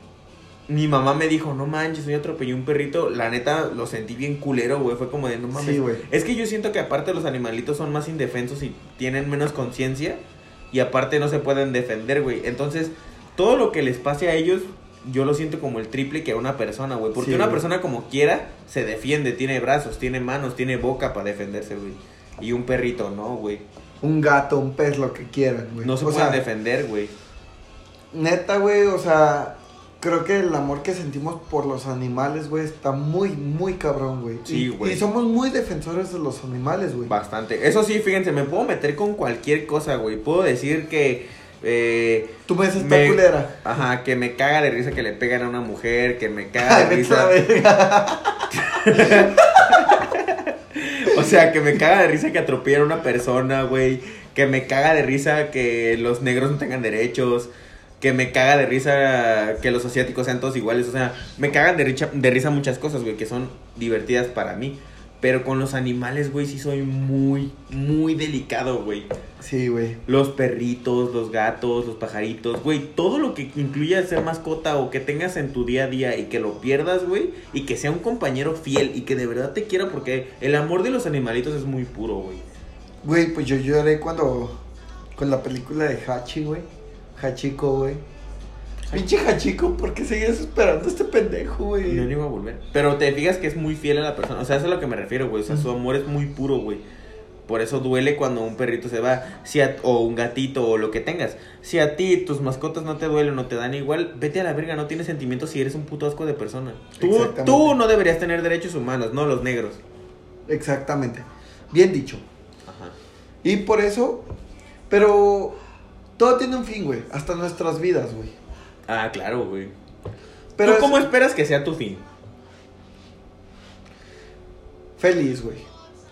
Speaker 1: mi mamá me dijo, no manches, yo atropellé un perrito, la neta lo sentí bien culero, güey. Fue como de, no mames.
Speaker 2: Sí, güey.
Speaker 1: es que yo siento que aparte los animalitos son más indefensos y tienen menos conciencia. Y aparte no se pueden defender, güey. Entonces, todo lo que les pase a ellos, yo lo siento como el triple que a una persona, güey. Porque
Speaker 2: Sí,
Speaker 1: una
Speaker 2: güey.
Speaker 1: persona como quiera se defiende, tiene brazos, tiene manos, tiene boca para defenderse, güey. Y un perrito no, güey.
Speaker 2: Un gato, un pez, lo que quieran, güey.
Speaker 1: No se
Speaker 2: O
Speaker 1: pueden
Speaker 2: sea,
Speaker 1: defender, güey.
Speaker 2: Neta, güey, o sea, creo que el amor que sentimos por los animales, güey, está muy, muy cabrón, güey.
Speaker 1: Sí,
Speaker 2: Y-
Speaker 1: güey.
Speaker 2: Y, somos muy defensores de los animales, güey.
Speaker 1: Bastante. Eso sí, fíjense, me puedo meter con cualquier cosa, güey. Puedo decir que. eh,
Speaker 2: Tú me dices,
Speaker 1: Me-
Speaker 2: está culera.
Speaker 1: ajá, que me caga de risa que le pegan a una mujer, que me caga
Speaker 2: Ay,
Speaker 1: de
Speaker 2: vete a la
Speaker 1: risa.
Speaker 2: verga.
Speaker 1: O sea, que me caga de risa que atropellan a una persona, güey. Que me caga de risa que los negros no tengan derechos. Que me caga de risa que los asiáticos sean todos iguales. O sea, me cagan de, richa- de risa muchas cosas, güey, que son divertidas para mí. Pero con los animales, güey, sí soy muy, muy delicado, güey.
Speaker 2: Sí, güey.
Speaker 1: Los perritos, los gatos, los pajaritos, güey. Todo lo que incluya ser mascota o que tengas en tu día a día y que lo pierdas, güey. Y que sea un compañero fiel y que de verdad te quiera porque el amor de los animalitos es muy puro, güey.
Speaker 2: Güey, pues yo lloré cuando. Con la película de Hachi, güey. Hachiko, güey. Pinche Hachiko, ¿por qué seguías esperando a este pendejo, güey?
Speaker 1: No, no iba a volver. Pero te fijas que es muy fiel a la persona. O sea, eso es a lo que me refiero, güey. O sea, su amor es muy puro, güey. Por eso duele cuando un perrito se va, si a- o un gatito, o lo que tengas. Si a ti tus mascotas no te duelen o te dan igual, vete a la verga, no tienes sentimientos si eres un puto asco de persona. Tú,
Speaker 2: Exactamente.
Speaker 1: tú no deberías tener derechos humanos, no los negros.
Speaker 2: Exactamente. Bien dicho.
Speaker 1: Ajá.
Speaker 2: Y por eso. Pero. Todo tiene un fin, güey. Hasta nuestras vidas, güey.
Speaker 1: Ah, claro, güey.
Speaker 2: Pero
Speaker 1: ¿Tú
Speaker 2: es-
Speaker 1: cómo esperas que sea tu fin?
Speaker 2: Feliz, güey.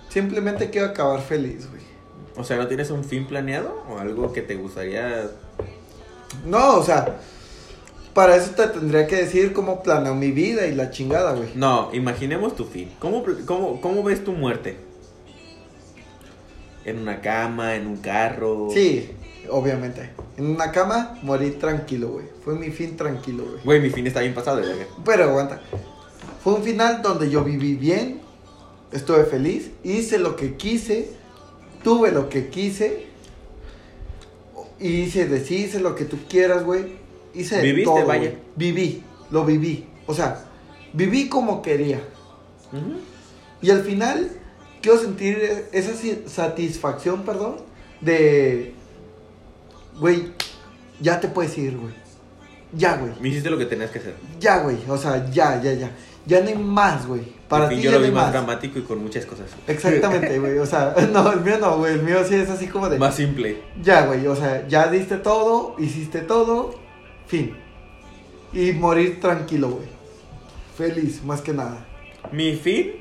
Speaker 2: Simplemente quiero acabar feliz, güey.
Speaker 1: O sea, ¿no tienes un fin planeado o algo que te gustaría?
Speaker 2: No, o sea, para eso te tendría que decir cómo planeo mi vida y la chingada, güey.
Speaker 1: No, imaginemos tu fin. ¿Cómo, pl- cómo, cómo ves tu muerte? en una cama, en un carro.
Speaker 2: Sí, obviamente. En una cama morí tranquilo, güey. Fue mi fin tranquilo, güey.
Speaker 1: Güey, mi fin está bien pasado, güey.
Speaker 2: Pero aguanta. Fue un final donde yo viví bien, estuve feliz, hice lo que quise, tuve lo que quise, hice, deshice lo que tú quieras, güey. Hice de
Speaker 1: Viviste,
Speaker 2: todo,
Speaker 1: vaya.
Speaker 2: güey. Viví, lo viví. O sea, viví como quería.
Speaker 1: Ujú.
Speaker 2: Y al final, quiero sentir esa si- satisfacción, perdón, de. Güey, ya te puedes ir, güey. Ya, güey.
Speaker 1: Me hiciste lo que tenías que hacer.
Speaker 2: Ya, güey. O sea, ya, ya, ya. Ya no hay más, güey. Para
Speaker 1: En fin,
Speaker 2: ti
Speaker 1: yo
Speaker 2: ya
Speaker 1: lo vi
Speaker 2: no hay
Speaker 1: más,
Speaker 2: más.
Speaker 1: dramático y con muchas cosas.
Speaker 2: Exactamente, güey. O sea, no, el mío no, güey. El mío sí es así como de.
Speaker 1: Más simple.
Speaker 2: Ya, güey. O sea, ya diste todo, hiciste todo. Fin. Y morir tranquilo, güey. Feliz, más que nada.
Speaker 1: Mi fin,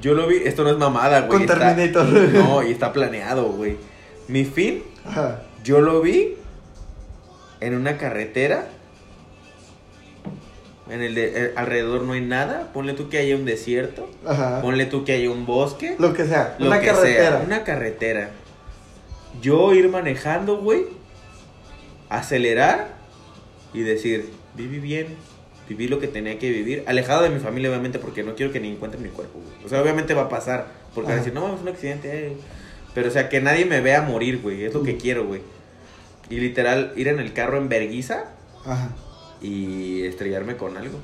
Speaker 1: yo lo vi. Esto no es mamada, güey.
Speaker 2: Con
Speaker 1: está-
Speaker 2: Terminator.
Speaker 1: No, y está planeado, güey. Mi fin,
Speaker 2: Ajá.
Speaker 1: yo lo vi en una carretera. En el de- eh, alrededor no hay nada. Ponle tú que haya un desierto.
Speaker 2: Ajá.
Speaker 1: Ponle tú que haya un bosque.
Speaker 2: Lo que sea.
Speaker 1: Lo
Speaker 2: una
Speaker 1: que
Speaker 2: carretera.
Speaker 1: sea, una carretera. Yo ir manejando, güey. Acelerar y decir, viví bien. Viví lo que tenía que vivir. Alejado de mi familia, obviamente, porque no quiero que ni encuentren mi cuerpo. güey. O sea, obviamente va a pasar. Porque van a
Speaker 2: Ajá.
Speaker 1: decir, no, es un accidente. eh". Pero, o sea, que nadie me vea morir, güey. Es lo que
Speaker 2: Mm.
Speaker 1: quiero, güey. Y literal, ir en el carro en verguiza
Speaker 2: Ajá.
Speaker 1: y estrellarme con algo.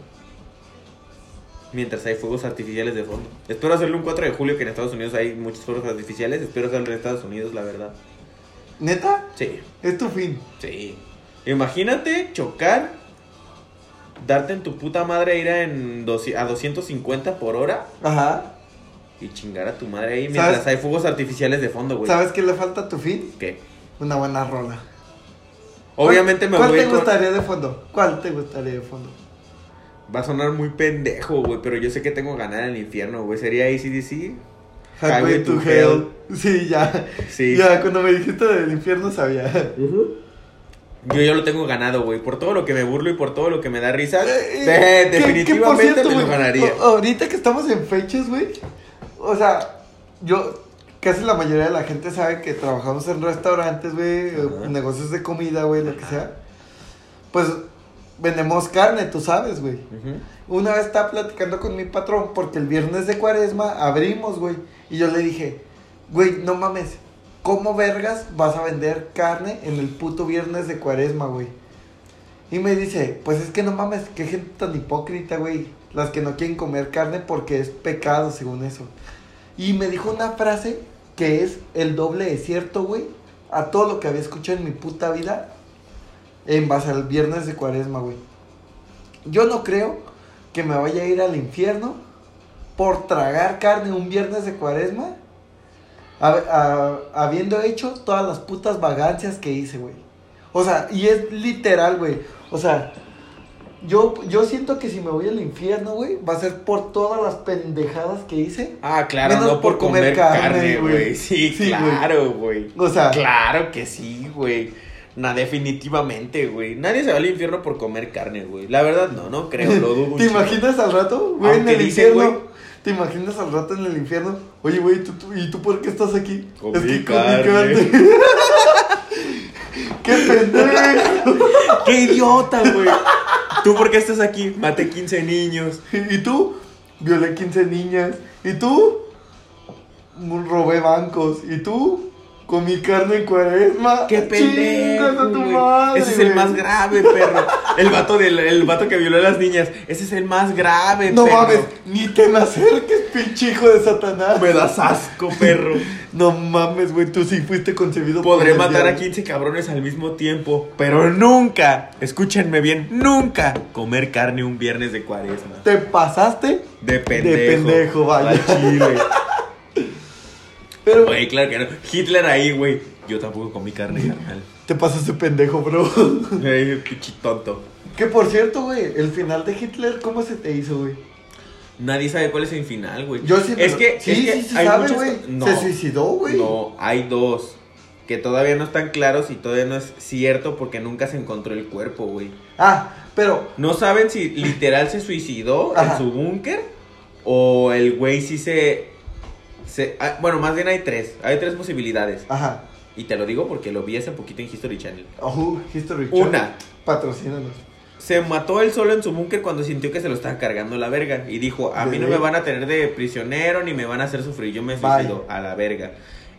Speaker 1: Mientras hay fuegos artificiales de fondo. Espero hacerlo un 4 de julio, que en Estados Unidos hay muchos fuegos artificiales. Espero hacerlo en Estados Unidos, la verdad.
Speaker 2: ¿Neta?
Speaker 1: Sí,
Speaker 2: Es tu fin.
Speaker 1: sí. Imagínate chocar, darte en tu puta madre ir a, en 200 a 250 por hora
Speaker 2: Ajá.
Speaker 1: y chingar a tu madre ahí
Speaker 2: ¿Sabes?
Speaker 1: mientras hay fuegos artificiales de fondo, güey.
Speaker 2: ¿Sabes qué le falta a tu fin?
Speaker 1: ¿Qué?
Speaker 2: Una buena rola.
Speaker 1: Obviamente me
Speaker 2: ¿Cuál
Speaker 1: voy
Speaker 2: te
Speaker 1: con-
Speaker 2: gustaría de fondo? ¿Cuál te gustaría de fondo?
Speaker 1: Va a sonar muy pendejo, güey, pero yo sé que tengo ganar en el infierno, güey. Sería ACDC.
Speaker 2: Highway,
Speaker 1: Highway
Speaker 2: to
Speaker 1: to
Speaker 2: Hell. Sí, ya.
Speaker 1: Sí.
Speaker 2: Ya, cuando me dijiste del infierno sabía.
Speaker 1: Yo ya lo tengo ganado, güey. Por todo lo que me burlo y por todo lo que me da risa,
Speaker 2: Eh,
Speaker 1: de-
Speaker 2: eh, que- que por
Speaker 1: definitivamente
Speaker 2: cierto,
Speaker 1: me lo
Speaker 2: güey, Oh,
Speaker 1: ganaría.
Speaker 2: a- Ahorita que estamos en fechas, güey. O sea, yo. Casi la mayoría de la gente sabe que trabajamos en restaurantes, güey.
Speaker 1: Ajá.
Speaker 2: eh, Negocios de comida, güey, lo que sea. Pues vendemos carne, tú sabes, güey.
Speaker 1: Ujú.
Speaker 2: Una vez estaba platicando con mi patrón porque el viernes de cuaresma abrimos, güey. Y yo le dije, güey, no mames, ¿cómo vergas vas a vender carne en el puto viernes de cuaresma, güey? Y me dice, pues es que no mames, qué gente tan hipócrita, güey. Las que no quieren comer carne porque es pecado, según eso. Y me dijo una frase que es el doble de cierto, güey. A todo lo que había escuchado en mi puta vida en base al viernes de cuaresma, güey. Yo no creo que me vaya a ir al infierno por tragar carne un viernes de cuaresma, hab- a- habiendo hecho todas las putas vagancias que hice, güey. O sea, y es literal, güey. O sea, yo, yo siento que si me voy al infierno, güey, va a ser por todas las pendejadas que hice.
Speaker 1: Ah, claro,
Speaker 2: Menos
Speaker 1: no por, comer, carne, güey. Sí,
Speaker 2: Sí, güey.
Speaker 1: claro, güey.
Speaker 2: O sea,
Speaker 1: Claro que sí, güey. Nah, definitivamente, güey. Nadie se va al infierno por comer carne, güey. La verdad, no, no creo, lo dudo. un
Speaker 2: ¿Te
Speaker 1: chingo.
Speaker 2: imaginas al rato, güey, en
Speaker 1: Aunque
Speaker 2: el
Speaker 1: dicen,
Speaker 2: infierno?
Speaker 1: güey.
Speaker 2: ¿Te imaginas al rato en el infierno? Oye, güey, ¿tú, tú- y tú por qué estás aquí?
Speaker 1: Comí carne.
Speaker 2: ¡Qué pendejo!
Speaker 1: ¡Qué idiota, güey! ¿Tú por qué estás aquí? Maté 15 niños.
Speaker 2: ¿Y tú? Violé 15 niñas. ¿Y tú? Robé bancos. ¿Y tú? Comí carne en cuaresma.
Speaker 1: ¡Qué pendejo!
Speaker 2: Chingas a tu
Speaker 1: güey!
Speaker 2: madre,
Speaker 1: Ese es el
Speaker 2: güey.
Speaker 1: más grave, perro. El vato, del, el vato que violó a las niñas. Ese es el más grave,
Speaker 2: No
Speaker 1: perro.
Speaker 2: mames, ni te me acerques, pinche hijo de Satanás.
Speaker 1: Me das asco, perro.
Speaker 2: No mames, güey, tú sí fuiste concebido
Speaker 1: Podré
Speaker 2: el
Speaker 1: matar a
Speaker 2: diablo.
Speaker 1: 15 cabrones al mismo tiempo, pero nunca, escúchenme bien, nunca comer carne un viernes de cuaresma.
Speaker 2: Te pasaste
Speaker 1: De pendejo.
Speaker 2: De pendejo, vaya.
Speaker 1: Al chile.
Speaker 2: Pero
Speaker 1: Güey, claro que no. Hitler ahí, güey. Yo tampoco comí carne, carnal.
Speaker 2: te pasaste pendejo, bro.
Speaker 1: Ey, Pinche tonto.
Speaker 2: que por cierto, güey, el final de Hitler, ¿cómo se te hizo, güey?
Speaker 1: Nadie sabe cuál es el final, güey.
Speaker 2: Yo sí,
Speaker 1: es
Speaker 2: pero-
Speaker 1: que,
Speaker 2: sí,
Speaker 1: es que
Speaker 2: sí, se
Speaker 1: hay
Speaker 2: sabe,
Speaker 1: muchas-
Speaker 2: güey.
Speaker 1: No.
Speaker 2: Se suicidó, güey.
Speaker 1: No, hay dos que todavía no están claros y todavía no es cierto porque nunca se encontró el cuerpo, güey.
Speaker 2: Ah, pero
Speaker 1: No saben si literal se suicidó
Speaker 2: Ajá.
Speaker 1: en su búnker o el güey sí se se- ah, bueno, más bien hay tres. Hay tres posibilidades.
Speaker 2: Ajá.
Speaker 1: Y te lo digo porque lo vi hace poquito en History Channel.
Speaker 2: Oh, History Channel.
Speaker 1: Una,
Speaker 2: Patrocínanos.
Speaker 1: se mató él solo en su búnker cuando sintió que se lo estaba cargando la verga. Y dijo, a mí no me van a tener de prisionero ni me van a hacer sufrir, yo me
Speaker 2: Bye.
Speaker 1: suicido a la verga.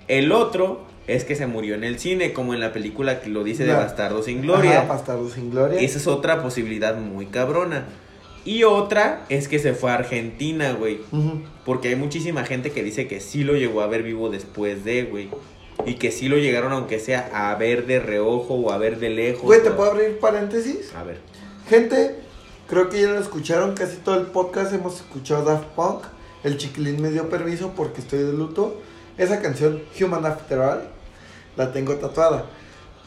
Speaker 1: El otro es que se murió en el cine, como en la película que lo dice de
Speaker 2: Ya.
Speaker 1: Bastardo sin Gloria.
Speaker 2: Ajá, Bastardos sin Gloria.
Speaker 1: Esa es otra posibilidad muy cabrona. Y otra es que se fue a Argentina, güey.
Speaker 2: Ujú.
Speaker 1: Porque hay muchísima gente que dice que sí lo llegó a ver vivo después de, güey. Y que sí lo llegaron, aunque sea a ver de reojo o a ver de lejos.
Speaker 2: Güey, ¿te
Speaker 1: o-
Speaker 2: puedo abrir paréntesis?
Speaker 1: A ver.
Speaker 2: Gente, creo que ya lo escucharon. Casi todo el podcast hemos escuchado Daft Punk. El chiquilín me dio permiso porque estoy de luto. Esa canción, Human After All, la tengo tatuada.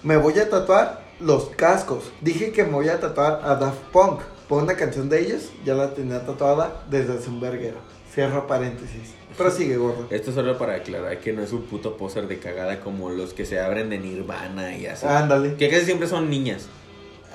Speaker 2: Me voy a tatuar los cascos. Dije que me voy a tatuar a Daft Punk. Por una canción de ellos, ya la tenía tatuada desde hace un verguero. Cierro paréntesis. Prosigue, gordo.
Speaker 1: Esto es solo para aclarar que no es un puto póster de cagada como los que se abren de Nirvana y así.
Speaker 2: Ándale.
Speaker 1: Que casi siempre son niñas.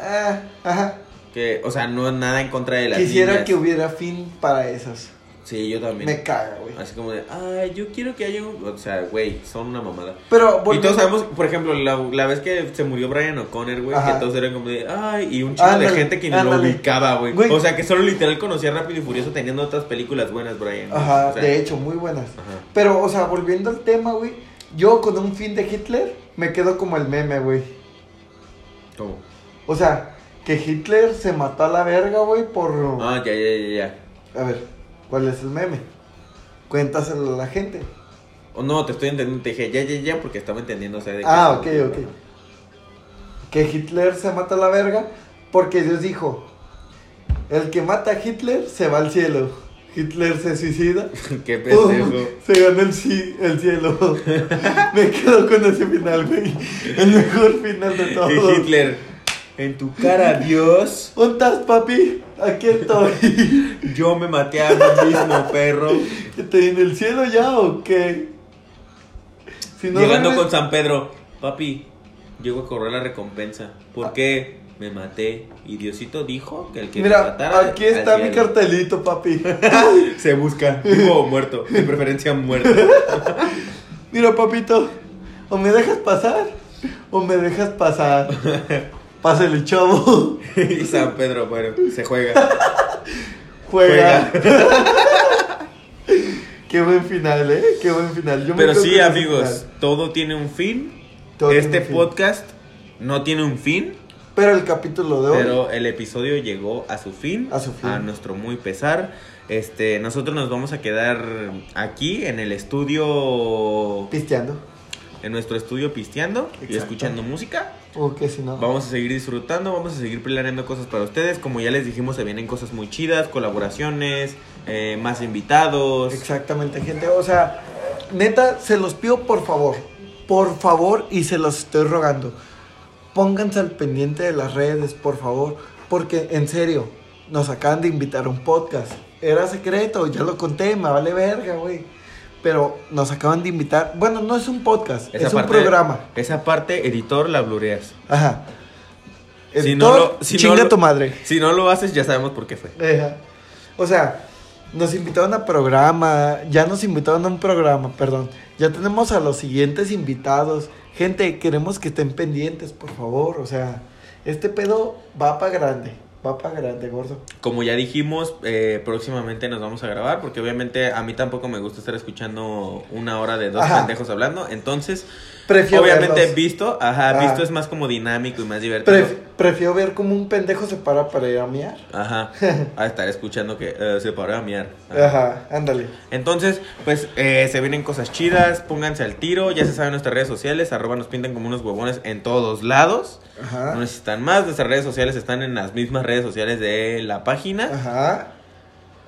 Speaker 2: Ah, ajá.
Speaker 1: Que, o sea, no es nada en contra de las
Speaker 2: Quisiera
Speaker 1: niñas.
Speaker 2: que hubiera fin para esas.
Speaker 1: Sí, yo también.
Speaker 2: Me caga, güey.
Speaker 1: Así como de, ay, yo quiero que haya un... O sea, güey, son una mamada.
Speaker 2: Pero
Speaker 1: Y
Speaker 2: volviendo-
Speaker 1: todos sabemos, por ejemplo, la, la vez que se murió Brian O'Connor, güey,
Speaker 2: Ajá.
Speaker 1: que todos eran como de, ay, y un chingo de
Speaker 2: Ándale,
Speaker 1: gente que ni lo
Speaker 2: ándale.
Speaker 1: ubicaba, güey.
Speaker 2: Güey.
Speaker 1: O sea, que solo literal conocía Rápido y Furioso teniendo otras películas buenas, Brian. güey.
Speaker 2: Ajá,
Speaker 1: O sea,
Speaker 2: de hecho, muy buenas.
Speaker 1: ajá.
Speaker 2: Pero, o sea, volviendo al tema, güey. Yo con un fin de Hitler me quedo como el meme, güey.
Speaker 1: ¿Cómo?
Speaker 2: O sea, que Hitler se mató a la verga, güey, por...
Speaker 1: Ah, ya, ya, ya, ya.
Speaker 2: A ver, ¿cuál es el meme? Cuéntaselo a la gente.
Speaker 1: Oh, no, te estoy entendiendo, te dije, ya, ya, ya, porque estaba entendiendo, o sea, de que-
Speaker 2: Ah, ok, ok. Que Hitler se mata a la verga porque Dios dijo, el que mata a Hitler se va al cielo. Hitler se suicida
Speaker 1: Qué
Speaker 2: Pum,
Speaker 1: pendejo.
Speaker 2: Se ganó el, ci- el cielo. Me quedo con ese final, güey. El mejor final de todos.
Speaker 1: Y Hitler, en tu cara, Dios,
Speaker 2: ¿Dónde estás, papi? Aquí estoy.
Speaker 1: yo me maté a mí mismo, perro.
Speaker 2: ¿Que ¿Te en el cielo ya o qué? Si no
Speaker 1: Llegando
Speaker 2: regres-
Speaker 1: con San Pedro, papi, llego a correr la recompensa.
Speaker 2: Ah.
Speaker 1: ¿Por qué? Me maté. Y Diosito dijo que el que me matara.
Speaker 2: Mira, aquí
Speaker 1: al
Speaker 2: está mi
Speaker 1: cielo.
Speaker 2: cartelito, papi.
Speaker 1: Se busca, vivo o muerto, de preferencia muerto.
Speaker 2: Mira, papito, o me dejas pasar o me dejas pasar. Pásale, chavo.
Speaker 1: y San Pedro, bueno, se juega.
Speaker 2: Juega. Qué buen final, ¿eh? Qué buen final. Yo me
Speaker 1: Pero
Speaker 2: quedo
Speaker 1: sí,
Speaker 2: con ese
Speaker 1: amigos,
Speaker 2: final.
Speaker 1: todo tiene un fin.
Speaker 2: Todo tiene
Speaker 1: este
Speaker 2: un fin.
Speaker 1: podcast no tiene un fin,
Speaker 2: Pero el capítulo de hoy.
Speaker 1: pero el episodio llegó a su fin,
Speaker 2: A su fin.
Speaker 1: nuestro muy pesar. Este, nosotros nos vamos a quedar aquí en el estudio,
Speaker 2: Pisteando.
Speaker 1: en nuestro estudio pisteando y
Speaker 2: Exacto.
Speaker 1: escuchando música.
Speaker 2: O que si no.
Speaker 1: Vamos a seguir disfrutando, vamos a seguir planeando cosas para ustedes. Como ya les dijimos, se vienen cosas muy chidas, colaboraciones, eh, más invitados.
Speaker 2: Exactamente, gente. O sea, neta, se los pido por favor. Por favor, y se los estoy rogando. Pónganse al pendiente de las redes, por favor. Porque, en serio, nos acaban de invitar a un podcast. Era secreto, ya lo conté, me vale verga, güey. Pero nos acaban de invitar. Bueno, no es un podcast,
Speaker 1: Esa
Speaker 2: es
Speaker 1: parte-
Speaker 2: un programa.
Speaker 1: Esa parte, editor, la blureas.
Speaker 2: Ajá.
Speaker 1: Si
Speaker 2: Si
Speaker 1: no lo- si no
Speaker 2: chinga
Speaker 1: lo-
Speaker 2: tu madre.
Speaker 1: Si no lo haces, ya sabemos por qué fue.
Speaker 2: Ajá. O sea, nos invitaron a programa, ya nos invitaron a un programa, perdón. Ya tenemos a los siguientes invitados. Gente, queremos que estén pendientes, por favor. O sea, este pedo va para grande, va para grande, gordo.
Speaker 1: Como ya dijimos, eh, próximamente nos vamos a grabar porque obviamente a mí tampoco me gusta estar escuchando una hora de dos
Speaker 2: Ajá.
Speaker 1: pendejos hablando. Entonces,
Speaker 2: Prefiero
Speaker 1: obviamente
Speaker 2: verlos.
Speaker 1: visto, ajá,
Speaker 2: Ajá.
Speaker 1: visto es más como dinámico y más divertido.
Speaker 2: Pref- prefiero ver cómo un pendejo se para para ir a miar.
Speaker 1: ajá, a estar escuchando que eh, se paró a miar. Ajá.
Speaker 2: Ajá, ándale.
Speaker 1: Entonces, pues eh, se vienen cosas chidas, pónganse al tiro, ya se saben nuestras redes sociales, arroba nos pintan como unos huevones en todos lados. No
Speaker 2: Ajá.
Speaker 1: necesitan más, nuestras redes sociales están en las mismas redes sociales de la página.
Speaker 2: Ajá.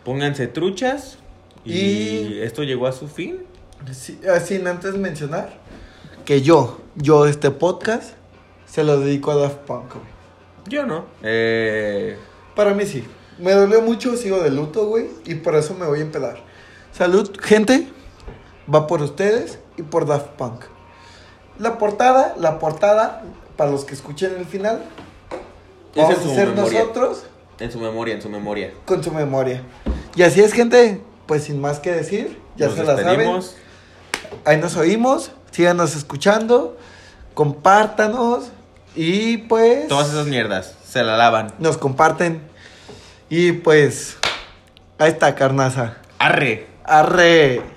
Speaker 1: Pónganse truchas. Y,
Speaker 2: Y-
Speaker 1: esto llegó a su fin.
Speaker 2: Sí, ah, sin antes mencionar que yo, yo este podcast se lo dedico a Daft Punk, güey.
Speaker 1: Yo no. Eh,
Speaker 2: Para mí sí. Me dolió mucho, sigo de luto, güey. Y por eso me voy a empedar. Salud, gente. Va por ustedes y por Daft Punk. La portada, la portada, para los que escuchen el final,
Speaker 1: esa
Speaker 2: vamos
Speaker 1: es
Speaker 2: a
Speaker 1: su
Speaker 2: ser
Speaker 1: memoria.
Speaker 2: nosotros
Speaker 1: En su memoria, en su memoria.
Speaker 2: con su memoria. Y así es, gente. Pues sin más que decir, Ya
Speaker 1: Nos
Speaker 2: se la saben.
Speaker 1: despedimos.
Speaker 2: Ahí nos oímos. Síganos escuchando. Compártanos. Y pues.
Speaker 1: Todas esas mierdas se la lavan.
Speaker 2: Nos comparten. Y pues. Ahí está, carnaza.
Speaker 1: Arre.
Speaker 2: Arre.